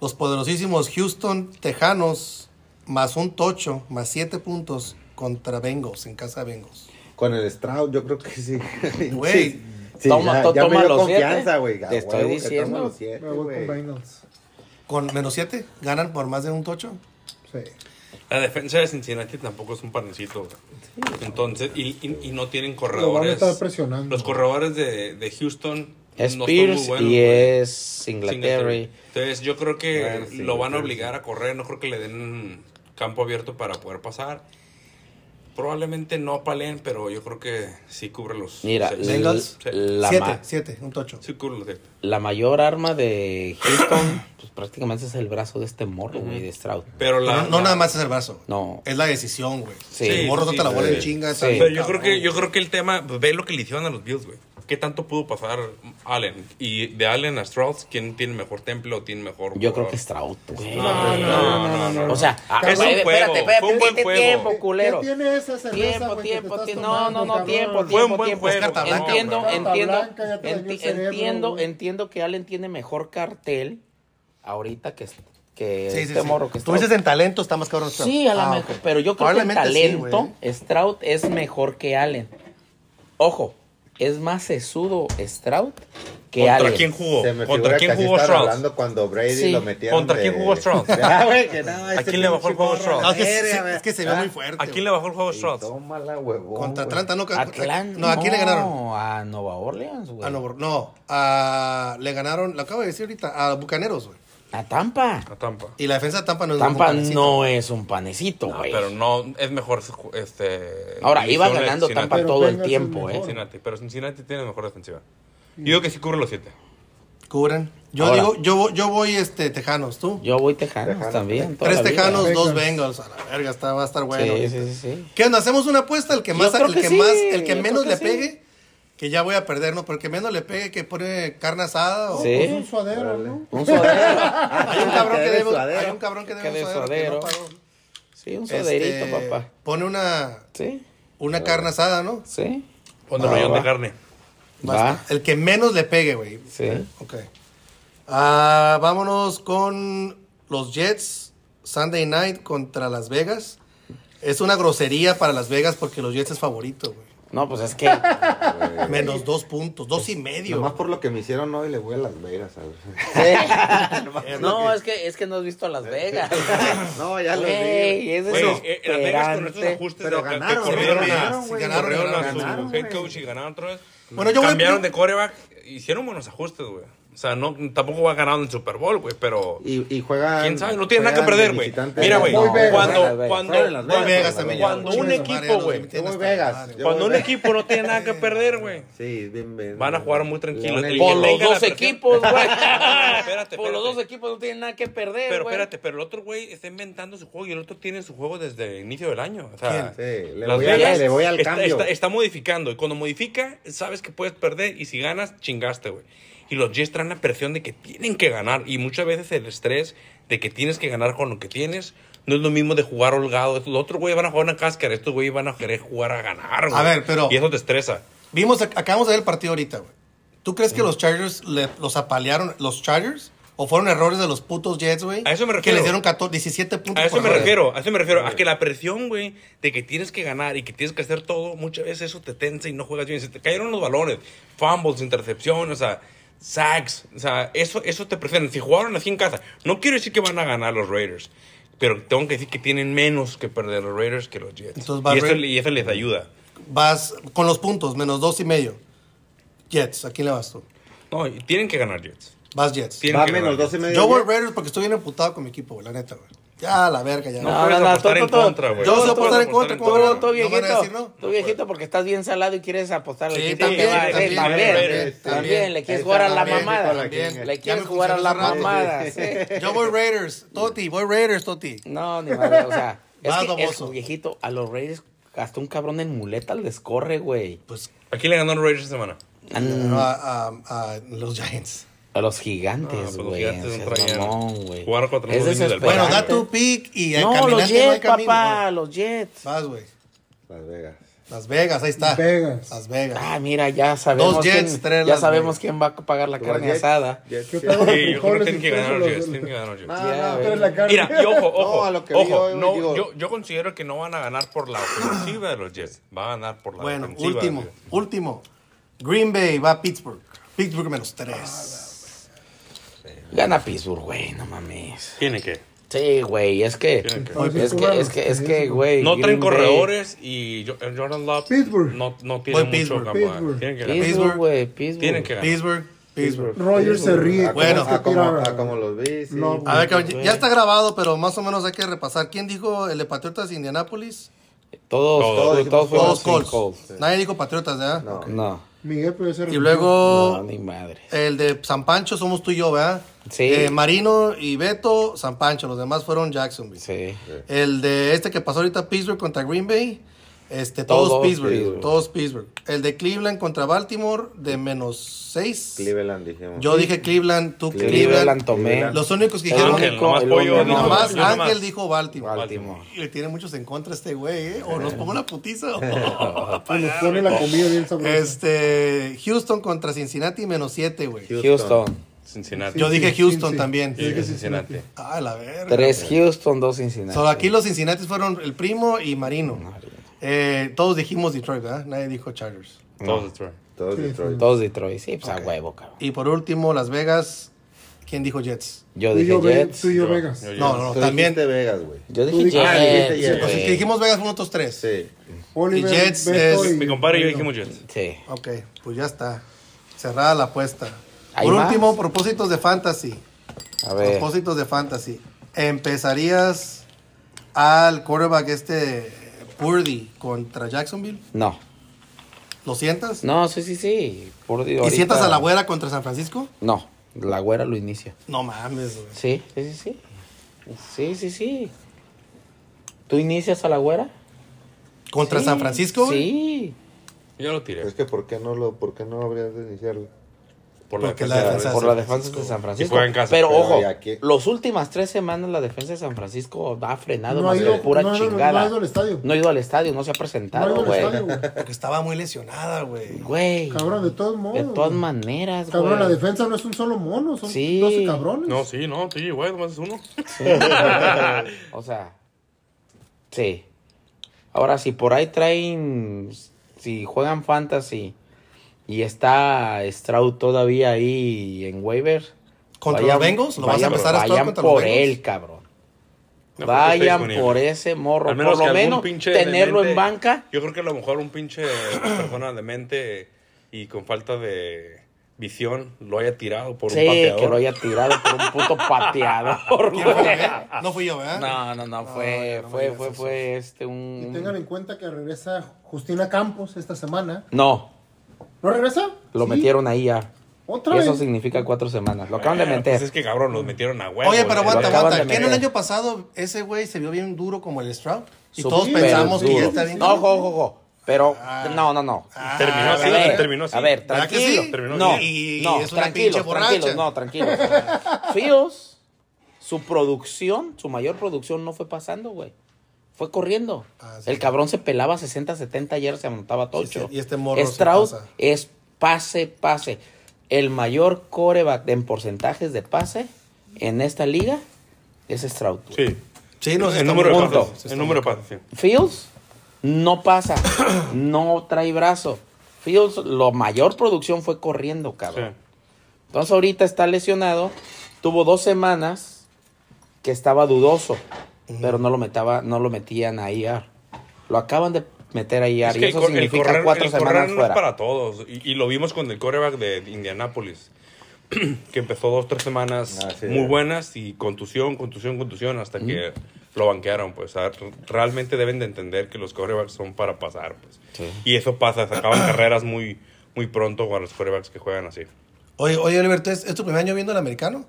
Los poderosísimos Houston Tejanos, más un tocho, más siete puntos contra Bengals, en casa de Bengals.
Con el Stroud, yo creo que sí.
Güey,
Toma- to-
me
toma
dio
los siete.
confianza, güey.
Te
Ah, güey,
estoy
que toma
diciendo.
los siete,
Me voy
güey.
con Bengals.
Con menos siete, ganan por más de un tocho.
Sí.
La defensa de Cincinnati tampoco es un panecito. güey. Entonces, y, y- y no tienen
Lo van a
corredores.
estar presionando.
Los corredores de, de Houston
es
no son muy
Pierce
buenos,
y
güey.
es Singletary
Entonces, yo creo que
Bueno, sí,
lo van a
Singletary,
obligar a correr. No creo que le den campo abierto para poder pasar. Probablemente no palen, pero yo creo que sí cubre los.
mira
seis.
l-
Bengals.
Sí.
la
siete,
ma-
siete, un tocho.
Sí cubre los siete.
la mayor arma de Houston pues prácticamente es el brazo de este morro güey de Stroud
Pero la,
Pero no, no
la-
nada más es el brazo. güey.
No.
Es la decisión, güey.
Sí.
Si el morro no
Sí,
te la
sí,
bola
sí.
en chinga.
Sí.
está bien
Pero yo creo
cabrón,
que yo
güey.
creo que el tema ve lo que le hicieron a los Bills, güey. ¿Qué tanto pudo pasar Allen y de Allen a Strauss quién tiene mejor temple o tiene mejor
yo creo
jugador?
que es Stroud güey
No, no, no, no, no.
O sea, ah,
Es un
espérate,
juego,
espérate, espérate,
fue un buen
tiene
juego.
tiempo, culero.
¿Qué tiene esa cerveza,
Oh, Tiempo,
güey, que te
tiempo,
estás
ti- no,
tomando,
no, no,
cabrón?
tiempo,
Fue un
tiempo,
buen
tiempo.
juego,
carta blanca,
Entiendo,
güey.
entiendo,
Carta blanca, ya te dañó
enti-
el cerebro,
entiendo,
güey.
entiendo que Allen tiene mejor cartel ahorita que, que
Sí, sí,
este
sí.
morro que
Tú dices en talento está más cabrón. Stroud.
Sí, a lo
Ah,
mejor,
ok.
pero yo creo que en
Probablemente sí, güey.
talento Stroud es mejor que Allen. Ojo, es más sesudo Stroud que
¿Contra
Allen.
quién jugó?
Se me
¿Contra
figura que
quién
así
jugó
están
Strauss?
hablando cuando Brady
Sí.
lo metieron
¿Contra quién
de-
jugó Strauss?
Ah, güey, que no,
¿A
este
quién le bajó el juego
pinche
Strauss?
No, es, que,
Era,
se-
güey.
es que se vio
Ah,
muy fuerte.
¿A quién
güey.
le bajó el juego
y
Strauss?
Tómala, huevón.
Contra
güey.
Atlanta, no. que-
Atlanta.
No, ¿a quién le ganaron?
A Nueva Orleans, güey.
A Nuevo- no, a- le ganaron, lo acabo de decir ahorita, a Bucaneros, güey.
A Tampa.
A Tampa.
Y la defensa de Tampa no es
Tampa
un panecito.
no es un panecito, güey.
Pero no, es mejor su- este...
Ahora, iba
división de
ganando
Cincinnati.
Tampa
Pero
todo el
Bengals es
tiempo,
mejor.
¿eh?
Cincinnati, pero Cincinnati tiene mejor defensiva. Yo digo que sí cubre los siete.
Cubren. Yo
Ahora.
digo, yo, voy- yo voy este Tejanos, tú.
Yo voy Tejanos,
Tejanos.
también. toda
Tres
la vida.
Tejanos,
Bengals.
dos Bengals. A la verga, está, va a estar bueno.
Sí,
ahorita.
sí, sí, sí.
¿Qué onda? Hacemos una apuesta, el que
Yo
más,
creo
el
que
que
sí,
más, el que
yo
menos
creo
le
que sí.
pegue, que ya voy a perder, ¿no? Pero el que menos le pegue, que pone carne asada o
Sí.
Pues un suadero, ¿no?
Un sodero.
hay un cabrón que
Que debe
debe,
suadero.
hay un cabrón que debe
Que
un
de
suadero que
suadero.
no pagó.
Sí, un
Este,
soderito, papá.
Pone una,
Sí,
una carne asada, ¿no?
sí.
Ponle
Va,
millón de
va.
carne.
Va.
El que menos le pegue, güey.
Sí.
Ok. Ah, vámonos con los Jets. Sunday night contra Las Vegas. Es una grosería para Las Vegas porque los Jets es favorito, güey.
No, pues es que.
Menos dos puntos, dos y medio.
Eh, Nomás por lo que me hicieron hoy le voy a Las Vegas. a ver.
no, es que, es que no has visto a Las Vegas.
no, ya lo
Güey,
vi.
es
Güey, eh, Las Vegas con estos
desesperante.
ajustes
Pero
de acá, que
ganaron,
corrieron
sí,
a-
ganaron, güey,
corrieron a su
ganaron,
head
güey.
coach y ganaron otra vez.
Bueno, yo voy-
Cambiaron de coreback, hicieron buenos ajustes, güey. O sea, no, tampoco va ganando el Super Bowl, güey, pero...
Y, y juegan.
¿Quién sabe? No tiene nada que
juegan
perder,
de
güey.
visitantes.
Mira,
No,
güey,
Las Vegas,
cuando,
Las
Las Vegas.
cuando,
Fueron Las
cuando-
Vegas también, ya.
cuando un equipo, güey,
Yo voy Vegas. Yo
cuando
voy
un
Vegas.
equipo no tiene nada que perder, güey,
Sí, bien, bien.
van a jugar muy tranquilos.
Leones.
El que
Por los
tenga la
dos
presión-
equipos, güey.
Espérate,
Por los
espérate.
dos equipos no tienen nada que perder,
Pero
güey.
espérate, pero el otro güey está inventando su juego y el otro tiene su juego desde el inicio del año. O
¿Quién?
sea,
Sí, le
Las
voy, a-
Vegas
le voy al
está,
cambio.
Está, está modificando. Y cuando modifica, sabes que puedes perder. Y si ganas, chingaste, güey. Y los Jets traen la presión de que tienen que ganar. Y muchas veces el estrés de que tienes que ganar con lo que tienes no es lo mismo de jugar holgado. Los otros güeyes van a jugar una cáscara. Estos güeyes van a querer jugar a ganar, güey.
ver, pero-
Y eso te estresa.
Vimos, ac- acabamos de ver el partido ahorita, güey. ¿Tú crees que los Chargers le- los apalearon los Chargers? ¿O fueron errores de los putos Jets, güey?
A eso me
Que
refiero.
les dieron 14 17 puntos.
A eso
por
me
juego.
refiero, a eso me refiero, a que la presión, güey, de que tienes que ganar y que tienes que hacer todo, muchas veces eso te tensa y no juegas bien. Se te cayeron los balones, fumbles, intercepciones, o sea, sacks, o sea, eso, eso te presiona. Si jugaron así en casa, no quiero decir que van a ganar los Raiders, pero tengo que decir que tienen menos que perder los Raiders que los Jets.
Entonces, va
y, eso,
Ra-
y eso les ayuda.
Vas con los puntos, menos dos y medio. Jets, ¿a quién le vas tú?
No, y tienen que ganar Jets.
Vas Jets.
Tienen
Va
que
menos
ganar.
12 y medio.
Yo voy Raiders porque estoy bien emputado con mi equipo, güey, la neta, güey. Ya, la verga, ya.
No,
No,
puedes
no, no,
apostar
todo,
en
todo.
contra, güey.
Yo
No
sé
puedes
apostar en contra,
en
¿cómo
contra,
no?
Tú
güey.
No van a
viejito,
decir no. pues.
tú viejito porque estás bien salado y quieres apostar al
Sí,
equipo
también,
que va, eh,
también,
también,
también,
también, le quieres
Ahí
jugar a
está,
la
también,
mamada,
también.
Ya
le
me
quieres jugar a la
funcionó hace rato,
mamada, sí.
Yo voy Raiders, Toti, voy Raiders, Toti.
No, ni madre, o sea, es
Vas,
que
baboso.
es, viejito, a los Raiders hasta un cabrón en muleta les corre, güey.
Pues
¿A quién le ganaron Raiders esta semana?
no, a, a- a los Giants.
A los
No,
gigantes,
pues los
güey.
gigantes
o sea,
no traían-
mamón, güey.
jugar contra
Es
los dueños del
Bueno,
Pero
da
desesperante.
tu pick y
Pues,
el
No, los
caminante no hay
Jets,
camino.
papá,
güey.
los Jets.
Vas, güey.
Las Vegas.
Las Vegas, ahí está.
Las Vegas.
Las Vegas.
Ah, mira, ya sabemos
Dos Jets,
quién,
tres
ya
Las
sabemos
Vegas.
quién va a pagar la carne
Jets,
asada.
Jets,
Yo
Jets.
Sí,
tengo-
yo creo que
Frijoles
tienen
y
que ganar los
queso,
Jets,
los-
tienen que ganar los Jets.
Ah,
No,
Ya,
no,
güey.
pero
la carne.
Mira, y ojo, ojo,
No, a lo que vi
ojo,
hoy,
no,
digo-
yo, yo considero que no van a ganar por la ofensiva de los Jets, van a ganar por la
Bueno,
defensiva.
último,
güey.
último. Green Bay va a Pittsburgh. Pittsburgh menos tres.
Gana Pittsburgh, güey, no mames.
Tiene que.
Sí, güey, es que
Tienen que.
es que es que es que güey,
No
Green
traen
Bay-
corredores y Jo- eh, Jordan Love
Pittsburgh.
no, no tiene
Voy
mucho
Pittsburgh.
campo, eh.
Pittsburgh.
Tienen que ganar.
Pittsburgh, güey, Pittsburgh.
Tienen que ganar.
Pittsburgh, Pittsburgh.
Rogers se ríe. este
A
Bueno.
como, a como, a como los vi, sí.
No,
A ver, cabrón, ya- ya está grabado, pero más o menos hay que repasar. ¿Quién dijo el de Patriotas de Indianápolis?
Todos
Todos,
todos
dijimos
todos fueron
Todos
sin Colts.
Colts. Nadie dijo Patriotas, ¿verdad?
No.
No,
Miguel, pero ese
Y luego
no, ni madre.
el de San Pancho somos tú y yo, ¿verdad?
Sí.
Eh, Marino y Beto, San Pancho. Los demás fueron Jacksonville.
Sí.
El de este que pasó ahorita, Pittsburgh contra Green Bay. Este, todos,
Todos
Pittsburgh,
Pittsburgh.
Todos Pittsburgh. El de Cleveland contra Baltimore de menos 6.
Cleveland, dijimos.
Yo dije Cleveland, tú Cleveland.
Cleveland tomé.
Los únicos que
El
dijeron.
Ángel, nomás
el
pollo,
único-
dijo-
Nomás
Yo nomás.
Ángel dijo Baltimore.
Baltimore.
Y le tiene muchos en contra a este güey, ¿eh? O nos pongo una putiza. o-
Nos pone la comida bien sabrosa.
este. Houston contra Cincinnati, menos 7, güey.
Houston.
Cincinnati.
Yo
Sí,
dije
sí,
Houston
sí.
también.
Yo dije Cincinnati.
Ah, la verga.
Tres Houston, dos Cincinnati.
Solo aquí los Cincinnati fueron el primo y Marino. Eh, todos dijimos Detroit, ¿verdad? Nadie dijo Chargers.
Todos Detroit.
Todos Detroit.
Dos Detroit. Sí, pues a huevo, cabrón.
Y por último, Las Vegas. ¿Quién dijo Jets?
Yo
Tú y
dije
yo, Ve-
Jets.
tú y yo
Yo-
Vegas.
yo-
No, no,
Tú
no también.
dijiste Vegas, güey.
Yo
Tú
dije
dijiste- Pues,
Ah, dijiste
Jets.
Jets.
Los
güey.
que dijimos Vegas fueron otros tres.
Sí.
Oliver,
Y Jets
Beto
es-
y-
Mi compadre y yo dijimos Jets.
Sí.
Ok, pues ya está. Cerrada la apuesta.
¿Hay
Por
más?
último, propósitos de fantasy.
A
Pues,
ver.
Propósitos de fantasy. ¿Empezarías al quarterback este Purdy contra Jacksonville?
No.
¿Lo sientas?
No, sí, sí, sí. Por Dios,
¿Y
ahorita-
sientas a la güera contra San Francisco?
No, la güera lo inicia.
No mames, güey.
Sí, sí, sí, sí. Sí, sí, sí. ¿Tú inicias a la güera?
¿Contra
Sí,
San Francisco? güey?
Sí.
Yo lo tiré.
Es que ¿por qué no lo, por qué no habrías de iniciarlo?
Por la
Porque
defensa.
la defensa-
Por
San
la
Francisco.
defensa de San Francisco.
Y juega en casa.
Pero,
Pero
ojo,
ya que-
las últimas tres semanas la defensa de San Francisco ha frenado
No ha
más
ido-
que pura
no, no, no,
chingada.
no ha ido al estadio.
No ha ido al estadio, no se ha
No,
presentado,
no,
güey.
estadio, güey.
Porque estaba muy lesionada, güey.
Güey.
Cabrón, de todos modos.
De todas
güey.
maneras, güey.
Cabrón, la defensa no es un solo mono, son
Sí.
12 cabrones.
No, sí, no, sí, güey, nomás es uno.
O sea, sí. Ahora, si por ahí traen, si juegan fantasy y está Stroud todavía ahí en waiver.
¿Contra los Bengals? ¿Lo vas a
vayan-
empezar a Stroud
Vayan
contra los
por
Bengals?
él, cabrón.
No creo que esté
vayan
disponible.
por ese morro.
Al menos
por
que
lo
algún
menos
pinche
tenerlo
demente-
en banca.
Yo creo que a lo mejor un pinche persona demente y con falta de visión lo haya tirado por un
Sí,
pateador.
que lo haya tirado por un puto pateador.
¿Quién fue,
güey.
eh? No fui yo, ¿verdad?
No, no, no, fue,
No, no me
fue,
digas
fue,
eso.
fue este un.
Y tengan en cuenta que regresa Justina Campos esta semana.
No,
¿No regresa?
lo
Sí.
metieron ahí ya.
Otra
Y eso
vez.
significa cuatro semanas. Lo acaban de
Bueno,
meter.
pues es que cabrón, los metieron a huevo.
Oye, pero
güey.
aguanta,
Lo acaban
aguanta.
de
¿Qué en el
meter.
año pasado ese güey se vio bien duro como el Stroud? Y
Súper
todos pensamos que ya
duro.
está bien.
No, ojo, ojo, ojo. Pero, no, no, no.
Terminó
Ah,
así,
a ver,
terminó así.
A ver,
¿Verdad que
tranquilo.
sí?
Terminó
No,
así.
no,
Y es una
tranquilos,
pinche
tranquilos,
borracha.
no, tranquilos. Fios, su producción, su mayor producción no fue pasando, güey. Fue corriendo.
Ah, sí.
El cabrón se pelaba 60, 70 ayer, se anotaba tocho.
Sí, sí, y este morro se
Stroud
pasa.
es pase, pase. El mayor coreback en porcentajes de pase en esta liga es Stroud. güey.
Sí.
Sí, no,
el número de
punto.
pases. El número de pases, sí.
Fields no pasa, no trae brazo. Fields, lo mayor producción fue corriendo, cabrón.
Sí.
Entonces ahorita está lesionado. Tuvo dos semanas que estaba dudoso,
Eh.
pero no lo metaba, no lo metían a IR. Lo acaban de meter a IR
Es
y
que el,
eso
cor- el
significa
correr,
cuatro
el correr
semanas
no
fuera.
es para todos. Y, y lo vimos con el coreback de Indianápolis, que empezó dos, tres semanas
Ah, sí.
muy buenas y contusión, contusión, contusión, hasta que lo banquearon. Pues O sea, r- realmente deben de entender que los corebacks son para pasar. Pues. Y eso pasa, se acaban carreras muy, muy pronto con los corebacks que juegan así.
Oye, oye, Oliver, ¿tú ¿es, es tu primer año viendo el americano?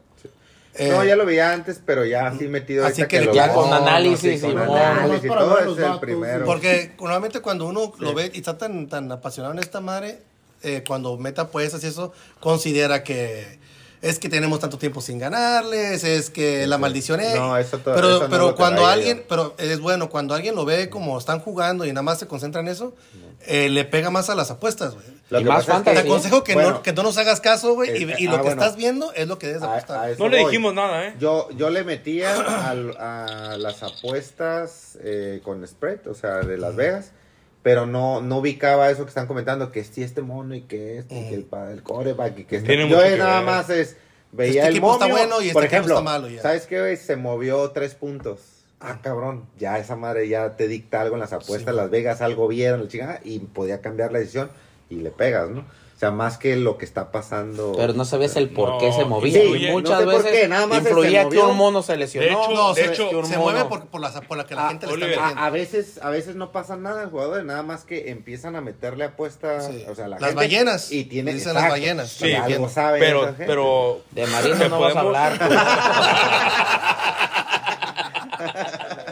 Eh,
no, ya lo veía antes, pero ya así metido.
Así
ahorita
que
lo
ya
veo.
con
No, no,
análisis,
sí, con
Simón.
análisis y
Nomás para
todo,
ver los
es el
datos,
primero.
Porque normalmente cuando uno lo ve y está tan, tan apasionado en esta madre, eh, cuando meta pues y eso, considera que es que tenemos tanto tiempo sin ganarles, es que la maldición es.
No, eso to-
pero
eso no
pero
lo
cuando
traía
alguien,
yo.
pero es bueno, cuando alguien lo ve como están jugando y nada más se concentra en eso, eh, le pega más a las apuestas, güey.
Lo
Y
que
más
pasa es
fantasy,
Te
Está bien.
aconsejo que, no,
Bueno,
que no nos hagas caso, güey, y,
Este,
y lo
ah,
que
bueno. Ah,
estás viendo es lo que debes de
a-
apostar.
a eso
No le
voy.
dijimos nada, ¿eh?
Yo, yo le metía al- a las apuestas eh, con spread, o sea, de Las Vegas, pero no, no ubicaba eso que están comentando, que sí este mono y que este, y que el, pa- el coreback y que este.
Tiene
Yo
mucho que
nada
ver.
más es, veía
Este
el
equipo está
momio,
bueno y este
por
equipo
ejemplo,
está malo ya.
¿sabes qué, güey? Se movió tres puntos. Ah, cabrón, ya esa madre ya te dicta algo en las apuestas, Las Vegas algo vieron, la chingada, y podía cambiar la decisión y le pegas, ¿no? O sea, más que lo que está pasando.
Pero no sabías el por qué
No,
se movía.
sí,
y
no
muchas
sé por
veces
qué, nada más se
influía que
movió.
un mono se lesionó.
De hecho,
no,
de
se,
hecho,
que un
se mueve
mono.
por, por, las- por la que la
Ah,
gente le está
Oliver,
metiendo.
A, a veces, a veces no pasa nada, jugadores, nada más que empiezan a meterle apuestas,
Sí.
o sea, la
Las
gente,
ballenas,
y tienen
dicen las ballenas.
Sí,
Sí,
pues, algo
entiendo.
saben
Pero,
esa gente.
pero...
De
¿Te
Marino no vas a
podemos-
hablar. güey.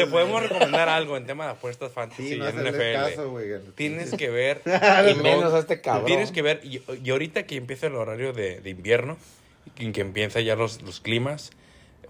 Te podemos recomendar algo en tema de apuestas fantasy
sí, no
y en
hacerles
NFL.
caso, güey.
Tienes que ver.
Y menos a este cabrón.
Tienes que ver. Y, y ahorita que empieza el horario de, de invierno, y que empiezan ya los, los climas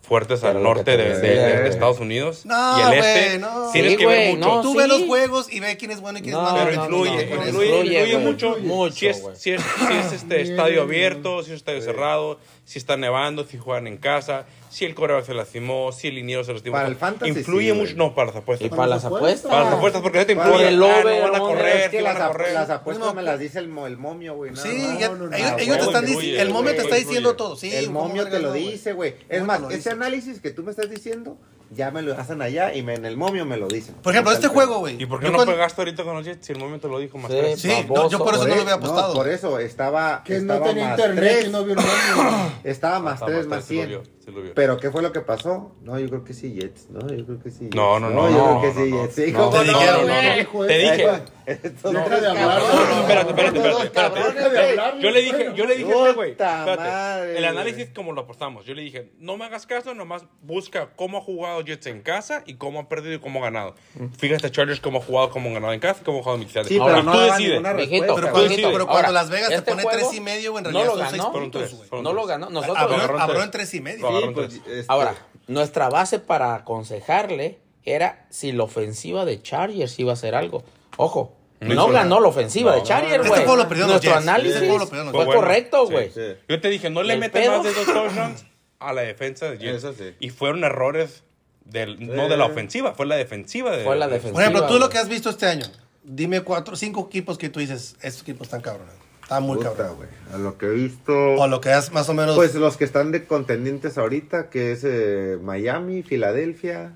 fuertes
Pero
al
lo que
norte de,
te
de-
decía,
de- de
güey.
Estados Unidos
No,
y el
güey,
este.
no.
Tienes
Sí,
que ver
güey,
mucho.
no.
Tú ves
sí.
los juegos y ve quién es bueno y quién
No,
es malo.
Pero
no,
influye,
no, no,
influye, influye,
influye, güey.
mucho.
Mucho,
si es,
güey.
si es, si es este estadio abierto, si es estadio cerrado, si está nevando, si juegan en casa, si el coreback se lastimó, si el liniero se lastimó.
Para el fantasy,
Influye
sí,
mucho.
güey.
No, para las apuestas.
Y para las apuestas.
Para las apuestas, porque no te
Para
influye.
el
ah,
over,
no van a
¿no?
correr,
es que
sí
las,
van a
ap-
correr.
las apuestas
No.
me las dice el, mo- el momio, güey. nada
Sí,
más.
ya-
no, no, no.
ellos,
Ah,
ellos te
huevo,
están
influye,
diciendo, el momio te
güey,
está
influye.
diciendo todo. Sí,
el
cómo
momio te
verga
lo
no,
dice, güey. Es
Cómo
más,
te lo
ese
dice.
análisis que tú me estás diciendo, ya me lo hacen allá y me- en el momio me lo dicen.
Por ejemplo, este juego, güey.
¿Y por qué
Yo
no
cuando-
pegaste ahorita con los Jets? Si el momento lo dijo más
Sí.
tarde.
Sí,
Baboso,
no, yo por eso no lo había apostado.
Eh, No, por eso estaba.
Que no
estaba
tenía
más
internet
tres.
y no vio el nombre.
Estaba más
Hasta
3,
más tres,
más
sí lo
100.
vio, sí lo vio.
Pero ¿qué fue lo que pasó? No, yo creo que sí, Jets. No, yo creo que sí. Jets.
No, no, no,
Yo
no,
creo que sí,
no, no.
Jets. Sí,
No,
¿cómo
te dijeron,
güey?
no, no.
Hijo de-
Te dije.
Estos
Deja
tres
de hablar.
cabrones.
No, no, espérate, espérate, espérate, espérate.
Cabrones, güey.
Yo le dije, yo le dije, a este güey,
Puta
espérate,
madre,
el
güey.
análisis como lo apostamos, yo le dije, no me hagas caso, nomás busca cómo ha jugado Jets en casa y cómo ha perdido y cómo ha ganado. Fíjate Chargers cómo ha jugado, cómo ha ganado en casa y cómo ha jugado en Mixales.
Sí, pero
Ahora,
no
tú
daban
decides.
ninguna
Mijito,
respuesta,
Pero
güey.
cuando, pero cuando
Ahora,
Las Vegas
este
te pone
juego
tres y medio, en
no
realidad
lo
son seis
ganó.
puntos, güey.
Fueron
No lo
tres.
Ah,
ganó. Nosotros.
Abrieron
Agarró
abrieron
tres.
tres y medio.
Sí.
Sí, pues, este,
Ahora, nuestra base para aconsejarle era si la ofensiva de Chargers iba a hacer algo. Ojo,
No
no,
hizo
ganó
nada.
la ofensiva de
No.
Chargers,
Este
güey.
juego lo perdieron los
Nuestro
Jets. Este
análisis
juego lo perdieron los
fue
Jets.
correcto,
Sí,
güey.
sí.
Yo te dije, no
¿Y
le
el
metas
pedo?
más de dos touchdowns a la defensa de Jets.
Eso sí.
Y fueron errores del- no de la ofensiva, fue la defensiva. De,
Fue la defensiva.
Por ejemplo, tú
güey.
lo que has visto este año, dime cuatro, cinco equipos que tú dices, estos equipos están cabrones. Están muy
Puta,
cabrones.
güey. A lo que he visto.
O lo que has más o menos.
Pues los que están de contendientes ahorita, que es eh, Miami, Filadelfia,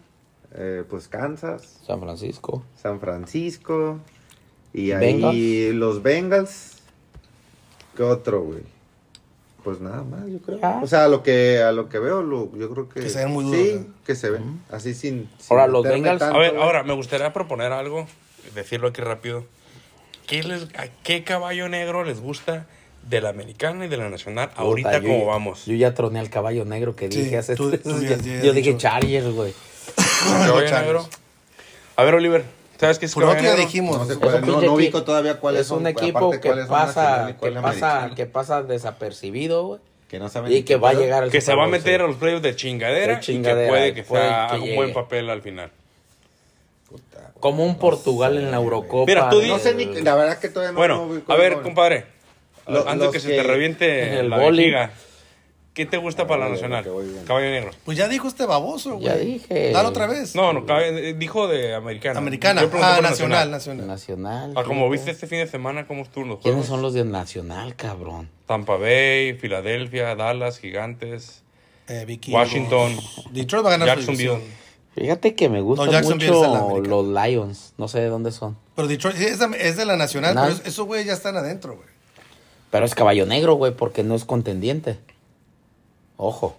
eh, pues Kansas,
San Francisco.
San Francisco y ahí
Bengals.
los Bengals. ¿Qué otro, güey? Pues nada más, yo creo.
Ya.
O sea, a lo que a lo que veo, lo- yo creo que
Que se ven muy
Sí,
duros, ¿eh?
que se ven así sin, sin
Ahora, los
meterme
Bengals-
tanto,
A ver,
güey.
ahora me gustaría proponer algo, decirlo aquí rápido. ¿Qué les, ¿A qué caballo negro les gusta de la americana y de la nacional ahorita
Puta, yo
como
ya-
vamos?
Yo ya troné al caballo negro que
Sí,
dije hace.
tú- tú
yo
ya- ya
yo
has
dije
dicho.
Chargers, güey.
Caballo
Chargers.
negro. A ver, Oliver, ¿sabes qué es
Por lo que
caballo
ya
negro?
dijimos.
Pues No sé
Es
cuál-
un
no,
pinche
no ubico
equi-
todavía cuáles
pues es un
son,
equipo
aparte,
que
cuáles son
pasa,
nacional y
que,
cuál
pasa,
americano.
que pasa desapercibido, güey.
Que no saben
Y
ni
que
qué
va a
pedo.
llegar al
Que se
Super
va a
Bowl,
meter
sí.
a los playoffs de chingadera,
De chingadera,
y que puede que
puede
sea
que
un
llegue.
buen papel al final.
Puta, güey.
Como un Portugal en la Eurocopa.
Mira, tú di-
No sé ni, la verdad que todavía no no
Bueno,
ubico
a
el
ver,
nombre.
compadre.
Lo-
antes
los
que se
que-
te reviente
el
la
boli.
vejiga, ¿qué te gusta para la
Ah, ya,
nacional?
que voy bien.
Caballo negro.
Pues ya dijo este baboso, güey.
Ya dije.
Dale otra vez.
No, no, caballo- eh, dijo de americana.
Americana.
Yo pregunté
Ah,
por
nacional, nacional.
Nacional.
Ah, como
fíjate.
viste este fin de semana, ¿cómo estuvo los
¿Quiénes
juegos?
son los de Nacional, cabrón?
Tampa Bay, Filadelfia, Dallas, Gigantes.
Eh, vikingos.
Washington.
Detroit va a ganar su
Jacksonville.
división.
Fíjate que me gustan
No, Jacksonville es el
mucho
americano.
los Lions. No sé de dónde son.
Pero Detroit sí, es de, es de la nacional,
Na-
pero es- esos güeyes ya están adentro, güey.
Pero es caballo negro, güey, porque no es contendiente. Ojo.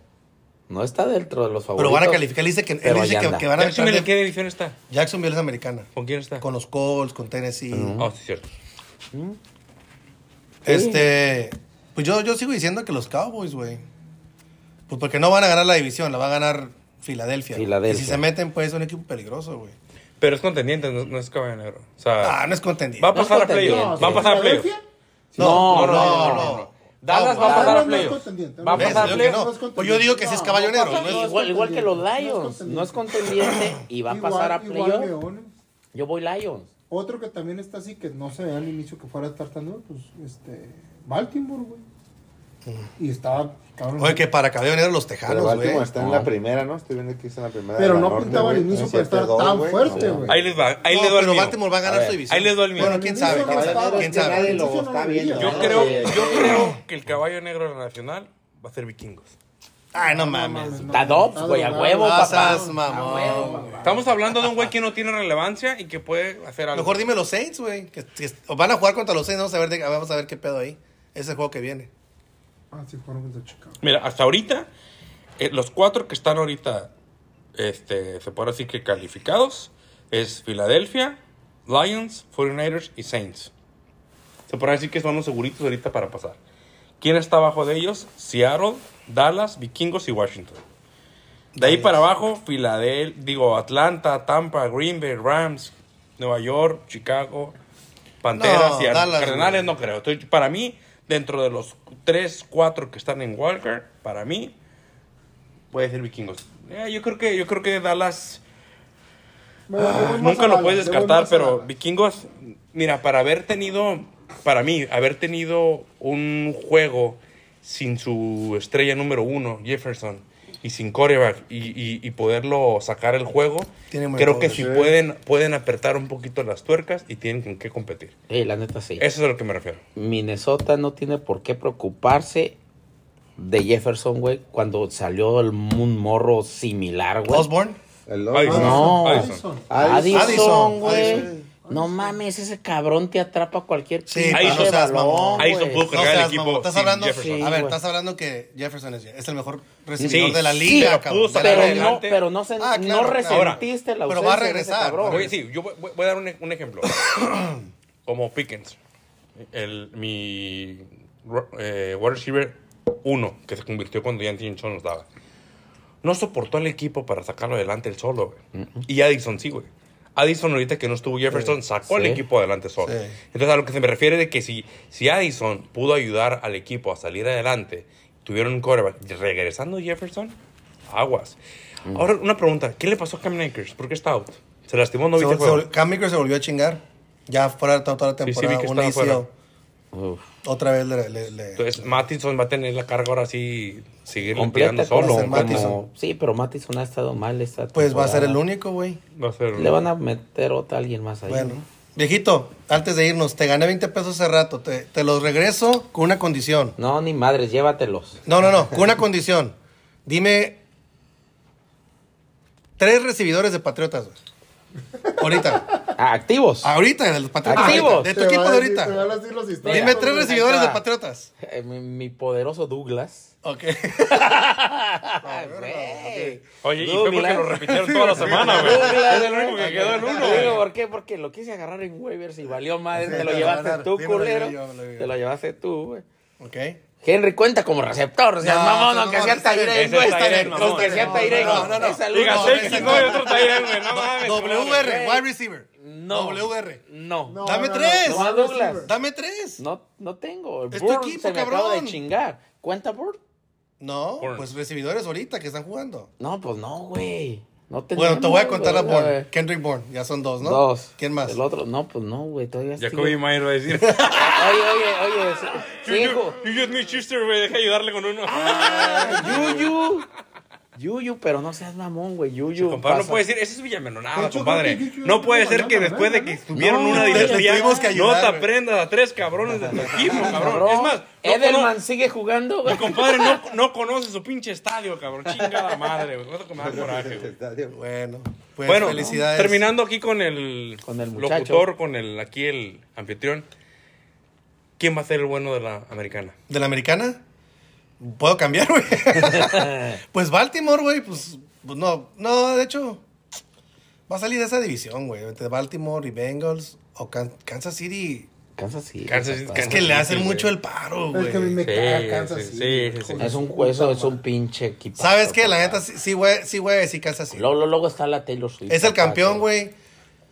No está dentro de los favoritos.
Pero van a calificar. Él dice que, él
Pero
dice
ahí
que,
anda.
que van a entrar
Jacksonville,
de-
¿en qué división está?
Jacksonville es americana.
¿Con quién está?
Con los Colts, con Tennessee.
Ah, sí, cierto.
Este. Pues yo, yo sigo diciendo que los Cowboys, güey. Pues porque no van a ganar la división, la va a ganar Filadelfia.
Filadelfia.
Y si se meten, pues es un equipo peligroso, güey.
Pero es contendiente, no, no es caballo negro. O sea,
Ah, no es contendido.
va a pasar a playoff.
contendiente.
va a pasar a playoff.
Filadelfia,
No,
no, no, no, no.
Dallas va a
Dallas
pasar
no
a
es
playoffs.
contendiente,
Va a
no es
¿Ves?
pasar a
Yo que
playoffs.
no. Pues yo digo que sí es
No,
caballo
no
negro.
pasa
no es-
nada.
Igual, igual que los
No es
Lions. No es contendiente y va a
igual-
pasar a
igual
playoff.
Leones.
Yo voy Lions.
Otro que también está así, que no se veía al inicio que fuera a estar tan duro, pues este. Baltimore, güey. Y estaba. cabrón.
Oye, que para Cabello Negro los
Pero
Tejanos, güey.
Baltimore está en la
No.
primera, ¿no? Estoy viendo que está en la primera.
Pero
de la
no
norte,
pintaba al
güey.
inicio
Un
para estar
7-2,
tan
güey.
fuerte,
No,
güey.
Ahí les va, ahí
No,
le doy el
pero
mío.
Baltimore va a ganar
A ver,
su división.
ahí les doy el mío.
Bueno, quién sabe, quién
Caballo
sabe,
negro,
quién
que nadie
sabe.
lo está viendo.
Yo
Ah,
creo,
sí.
yo creo que el caballo negro de la nacional va a ser vikingos.
Ay, no mames.
No,
Está Dobbs,
está
güey, a
doblado.
huevo, papá.
Pasas, mamón.
A huevo, papá.
Estamos hablando de un güey que no tiene relevancia y que puede hacer algo.
Mejor dime los Saints, güey. que- que van a jugar contra los Saints, vamos a ver, de- vamos a ver qué pedo ahí. Ese juego que viene.
Ah, sí, fueron contra Chicago.
Mira, hasta ahorita, eh, los cuatro que están ahorita, este, se puede decir que calificados, es Filadelfia, Lions, 49ers y Saints. Se puede decir que son los seguritos ahorita para pasar. ¿Quién está abajo de ellos? Seattle, Dallas, Vikingos y Washington. De ahí para abajo, Filadelfia, digo, Atlanta, Tampa, Green Bay, Rams, Nueva York, Chicago, Panteras
No,
y Ar-
Dallas,
Cardenales
güey.
no creo. Estoy- para mí, dentro de los 3, 4 que están en Walker, para mí, puede ser Vikingos. Eh, yo, creo que, yo creo que Dallas
Me- me voy más
nunca
a
lo
Dallas,
puedes
me voy
descartar,
más a
pero
Dallas.
Vikingos, mira, para haber tenido, para mí, haber tenido un juego sin su estrella número uno, Jefferson, y sin coreback, y, y- y poderlo sacar el juego,
Tiene muy
creo que
pobre,
si
sí.
¿eh?
pueden, pueden apretar un poquito las tuercas y tienen con qué competir.
Sí, la neta sí.
Eso es a lo que me refiero.
Minnesota no tiene por qué preocuparse de Jefferson, güey, cuando salió el, un morro similar, güey.
Osborne.
El
Ay,
otro.
No.
Addison.
Ah,
Addison,
Addison,
güey.
Addison.
No mames, ese cabrón te atrapa cualquier
Sí,
pinche
Addison,
no
balón,
seas mamón.
güey.
Addison Booker.
No
Cargar el
seas
equipo
mamón, estás
sin
hablando.
Jefferson.
a ver,
Sí,
estás
güey.
hablando que Jefferson es, es el mejor recibidor
Sí,
de la
sí,
liga,
pero
cabrón.
pudo
de la
sacar
Pero
liga.
no,
adelante.
pero no, se,
Ah, claro,
no
claro.
resentiste la
Pero
ausencia
va a
de ese
regresar,
cabrón.
va a
Oye, sí, yo voy, voy- voy a dar un, un ejemplo. Como Pickens, el, mi ro- eh, wide receiver 1, que se convirtió cuando ya Johnson nos daba. No soportó al equipo para sacarlo adelante él solo, güey. Y Addison sí, güey. Addison ahorita que no estuvo Jefferson sacó al
Eh, Sí.
equipo adelante solo.
Sí.
Entonces a lo que se me refiere de que si, si Addison pudo ayudar al equipo a salir adelante, tuvieron un quarterback regresando Jefferson, aguas.
Mm.
Ahora una pregunta, ¿qué le pasó a Cam Akers? ¿Por qué está out? ¿Se lastimó? ¿No
Se-
viste el
se
juego?
vol- Cam Akers se volvió a chingar. Ya fuera de toda la
sí, vi
temporada,
que
un
estaba
ACL.
fuera.
Uf.
Otra vez le. le- le-
Entonces, Matinson va a tener la carga ahora sí, seguir
Completa
tirando
como
solo.
ser
como-
Mattison.
Sí, pero Mattison ha estado mal esta
pues va a ser el
temporada.
único, güey.
Va a ser.
Le van a meter otra a alguien más ahí.
Bueno.
¿no?
Viejito, antes de irnos, te gané 20 pesos hace rato. Te, te los regreso con una condición.
No, ni madres, llévatelos.
No, no, no. Con una condición. Dime. Tres recibidores de Patriotas, güey. Ahorita.
Ah, activos.
Ahorita, de los Patriotas.
Activos.
ahorita, De tu
Te
equipo
va a
de
decir- te
ahorita.
van a decir los históricos,
Dime
güey.
tres recibidores de
va.
Patriotas.
Eh, mi, mi poderoso Douglas.
Ok. Ah,
Güey.
Oye, y fue porque
Douglas.
lo repitieron toda la semana, güey.
Douglas.
Es el único que quedó en uno. güey.
Digo, ¿por qué? Porque lo quise agarrar en waivers y valió madre.
Sí,
Te lo
te lo
llevaste
ganaron.
tú,
Sí, me lo
culero.
llevé yo, me lo llevé.
Te lo llevaste tú, güey.
Ok.
Henry cuenta como receptor, o sea,
No,
mamón,
no,
aunque
no,
sea
está bien,
Tairen,
ese
güey,
está
está
bien,
bien,
mamón.
aunque sea
No,
Tairen,
no, no, no.
es alumno,
Diga,
No,
seis,
ese
cinco
no.
y otro Tyrion, güey. No mames.
WR,
güey.
wide receiver.
No.
WR.
No,
No,
Dame
no,
tres.
no,
No, a
no,
Douglas.
Dame tres. No,
no, no tengo,
Es tu
Burn
equipo,
se me acaba de
cabrón.
chingar, ¿cuenta Burn?
Por-
pues recibidores ahorita que están jugando.
No, pues no, güey, Pues no tenemos,
Bueno, te voy a contar la
güey,
Bourne.
güey.
Kendrick Bourne. Ya son dos, ¿no?
Dos.
¿Quién más?
El otro, no, pues no, güey, todavía sigo-
Jacoby Mayer va a decir.
Oye, oye, oye, sí, sigo.
You just need Schuster, güey. Deja ayudarle con uno.
Ah,
Ah, Yuyu, Yuyu, pero no seas mamón, güey, Yuyu.
Compadre, no
pasa.
puede decir, eso es Villamelonada,
Pero yo
compadre.
creo que yo-
No puede
yo-
ser que
yo-
después de que tuvieron
No,
una
te-
te
dinastía,
tuvimos que
no
ayudar,
te
güey.
aprendas a tres cabrones de tu equipo, cabrón.
Cabrón,
Es más, no
Edelman
cono-
sigue jugando, güey.
compadre, no, no conoce su pinche estadio, cabrón. Chingada madre, güey. Cuánto que me da coraje, güey.
Bueno, pues
Bueno,
felicidades.
terminando aquí con el,
Con el muchacho.
locutor, con el aquí el anfitrión. ¿Quién va a ser el bueno de la americana?
¿De la americana? Puedo cambiar, güey. pues Baltimore, güey, pues, pues no, no, de hecho, va a salir de esa división, güey. Entre Baltimore y Bengals o Can- Kansas City.
Kansas City.
Kansas City,
papá.
Es
Kansas
que le
City,
hacen
güey.
mucho el paro,
Es
güey.
que a mí me
Sí,
caga Kansas
sí, sí,
City,
sí,
hijo
sí.
de
Es
su
un
puta
hueso, es
madre.
un pinche equipo.
¿Sabes qué? La neta, sí, sí, güey, sí, güey, sí, Kansas City.
Luego, luego está la Taylor Swift.
Es el
papá,
campeón,
que-
güey.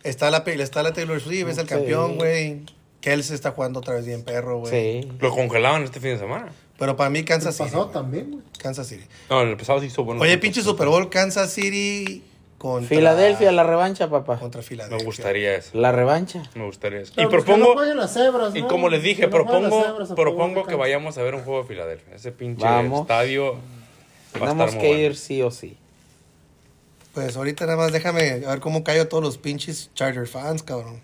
Está la, pe- está la Taylor Swift, es el
Sí.
campeón, güey. Kelsey está jugando otra vez bien perro, güey.
Sí.
Lo congelaban este fin de semana.
Pero para mí,
El
Kansas City.
pasado
güey.
también, güey.
Kansas City.
No, el pasado sí hizo bueno.
Oye, pinche Super Bowl, Kansas City contra...
Filadelfia, la revancha, papá.
Contra Filadelfia.
Me gustaría eso.
La revancha.
Me gustaría eso.
Pero
y
pues que no
propongo.
jueguen las cebras,
y
¿no?
como les
Que
dije,
no jueguen las
propongo,
cebras a favor de
propongo que
Kansas.
vayamos a ver un juego de Filadelfia. Ese pinche
Vamos.
estadio. Va a estar
Tenemos
muy
que
bueno.
ir sí o sí.
Pues ahorita nada más déjame a ver cómo callo a todos los pinches Charger fans, cabrón.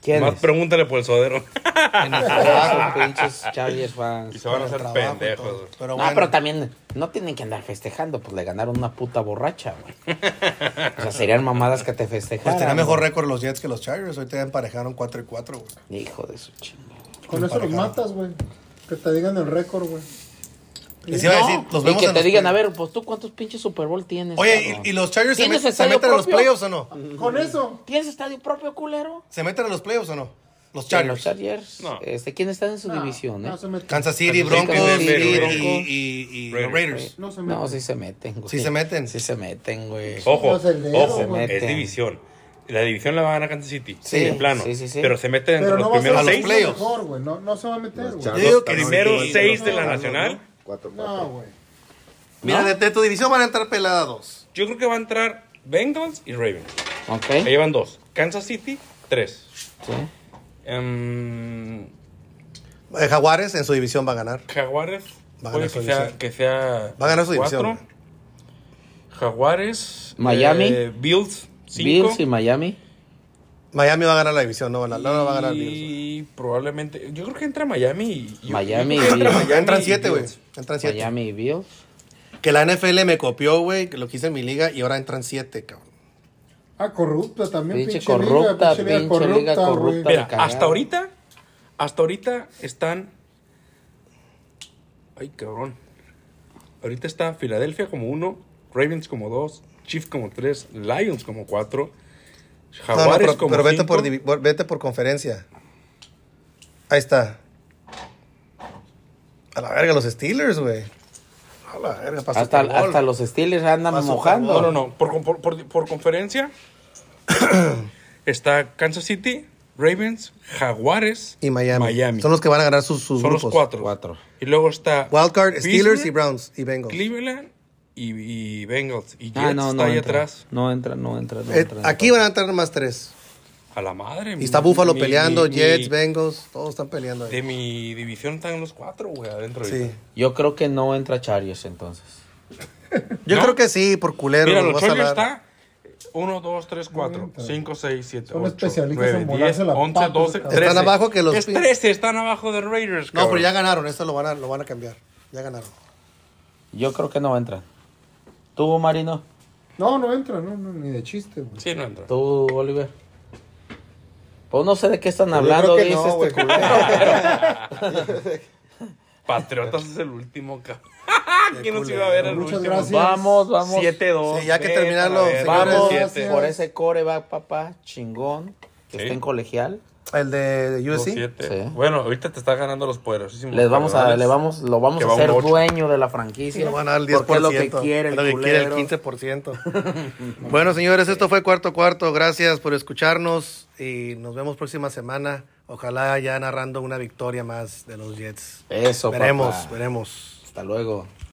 ¿Quién
Más
es?
pregúntale por el sodero.
En el
Son
trabajo.
pinches Chargers
y
fans.
se van
en
a
el
hacer
trabajo y todo.
pendejos.
Pero
No,
bueno,
pero también no tienen que andar festejando, pues le ganaron una puta borracha, güey. O sea, serían mamadas que te
pues
festejaran.
tenía mejor
güey.
récord los Jets que los Chargers. Ahorita ya emparejaron 4 y 4, güey.
Hijo de su chingo.
Con eso los matas, güey. Que te digan el récord, güey.
Les iba a decir, los
y
vemos
que
en
te
los
digan,
play-
a ver, pues tú cuántos pinches Super Bowl tienes.
Oye,
cabrón?
¿y, y los Chargers se,
¿Tienes
met- se
estadio
meten a los
propio?
playoffs o no?
Con eso.
¿Tienes estadio propio, culero?
¿Se meten a los playoffs o no? Los
Sí, Los
Chargers.
Chargers.
No.
Este, ¿Quién está en su
No,
división, eh?
Ah, No se meten.
Kansas City,
Kansas City,
Broncos
Kansas
y,
City,
y-
Broncos.
y- y- y los Raiders.
No se meten.
No, sí se meten, güey.
¿Sí se meten?
Sí se meten, güey.
Ojo,
Los del dedo,
ojo,
güey.
es división. La división la va a ganar Kansas City.
Sí,
en plano.
sí, sí, sí.
Pero se mete entre
Pero
los
no va a ser
primeros
los
seis.
lo
playoffs.
mejor, güey. No, no se va a meter,
Los
güey.
Charros
digo que
están
primeros
ahorita,
seis
¿no?
de la
Ganando,
Nacional.
¿no? Cuatro,
No,
cuatro.
güey.
Mira, de, de tu división van a entrar peladas dos.
Yo creo que va a entrar Bengals y Ravens.
Ok.
Ahí van dos. Kansas City, tres.
Sí.
Em,
Eh, Jaguares en su división va a ganar.
Jaguares.
Va a ganar
puede que
su
sea,
división.
que sea.
Va a ganar su
cuatro.
división.
Jaguares.
Miami.
eh, Bills, cinco.
Bills y Miami.
Miami va a ganar la división, no, la, no, no va a ganar Bills.
Y probablemente. Yo creo que entra Miami. y- yo-
Miami
yo creo que
y
entra
Bills.
Miami
Entran
y
siete, güey.
Bills.
Entran siete.
Miami y Bills.
Que la NFL me copió, güey, que lo que hice en mi liga y ahora entran siete, cabrón.
Ah, corrupta también.
Pinche
pinche liga,
corrupta,
pinche liga
pinche liga
corrupta,
corrupta.
güey.
Mira,
cagada.
hasta ahorita, hasta ahorita están. Ay, cabrón. Ahorita está Filadelfia como uno, Ravens como dos, Chiefs como tres, Lions como cuatro,
No, no,
Jaguares
pero,
como
pero vete,
cinco.
por, divi- por- vete por conferencia. Ahí está. A la verga, los Steelers, güey. A la verga, para
Hasta,
Super Bowl.
hasta los Steelers andan
Pa' Super
mojando.
No, no, no. Por, con- por- por- por conferencia está Kansas City, Ravens, Jaguares
Y Miami.
Miami.
Son los que van a ganar sus, sus
Son los
grupos.
cuatro.
Cuatro.
Y luego está
Wildcard, Steelers y
Pittsburgh,
Browns y Bengals.
Cleveland y, y Bengals. Y Jets
Ah, no, no
está ahí
entra.
atrás.
No entra, no entra, no
Eh,
entra.
aquí van a entrar más tres.
A la madre.
Y está
mi-
Búfalo
mi-
peleando,
mi-
Jets, Bengals, todos están peleando
De
ahí.
mi división están los cuatro, güey, adentro.
Sí.
ahorita.
Yo creo que no entra Chargers entonces.
Yo
¿No?
creo que sí, por culero.
Mira,
los vas
los
a
Chargers
hablar.
está 1, 2, 3, 4, 5, 6, 7,
Son
8,
especialistas en
9,
volarse
10,
la
11,
pata,
12,
cabrón.
13.
Están abajo que los
Es
Pin-
13, están abajo de Raiders,
No, pero
cabrón.
ya ganaron, esto lo van a, lo van a cambiar. Ya ganaron.
Yo creo que no entra. ¿Tú, Marino?
No, no entra, no, no, ni de chiste, güey.
Sí, no entra.
¿Tú, Oliver? Pues no sé de qué están
Yo
hablando,
creo que
dice
no,
este
güey,
culero.
Patriotas es el último, cabrón. ¿Quién nos iba a ver el
Muchas
último?
gracias.
Vamos, vamos.
7-2.
Sí, ya que
vete a la
terminaron,
verga.
señores.
Vamos
Siete.
por ese coreback, papá, chingón, que
Sí.
está en colegial.
El de USC.
2-7.
Sí.
Bueno, ahorita te está ganando los poderosísimos.
Les vamos a,
Cardenales.
le vamos, lo vamos
Que
a
va un
hacer
ocho.
dueño de la franquicia.
Nos van a dar el 10%.
porque es lo que quiere el
es lo que quiere el
culero.
15%. bueno, señores, esto fue Cuarto Cuarto. Gracias por escucharnos y nos vemos próxima semana. Ojalá ya narrando una victoria más de los Jets.
Eso,
veremos,
papá.
veremos.
Hasta luego.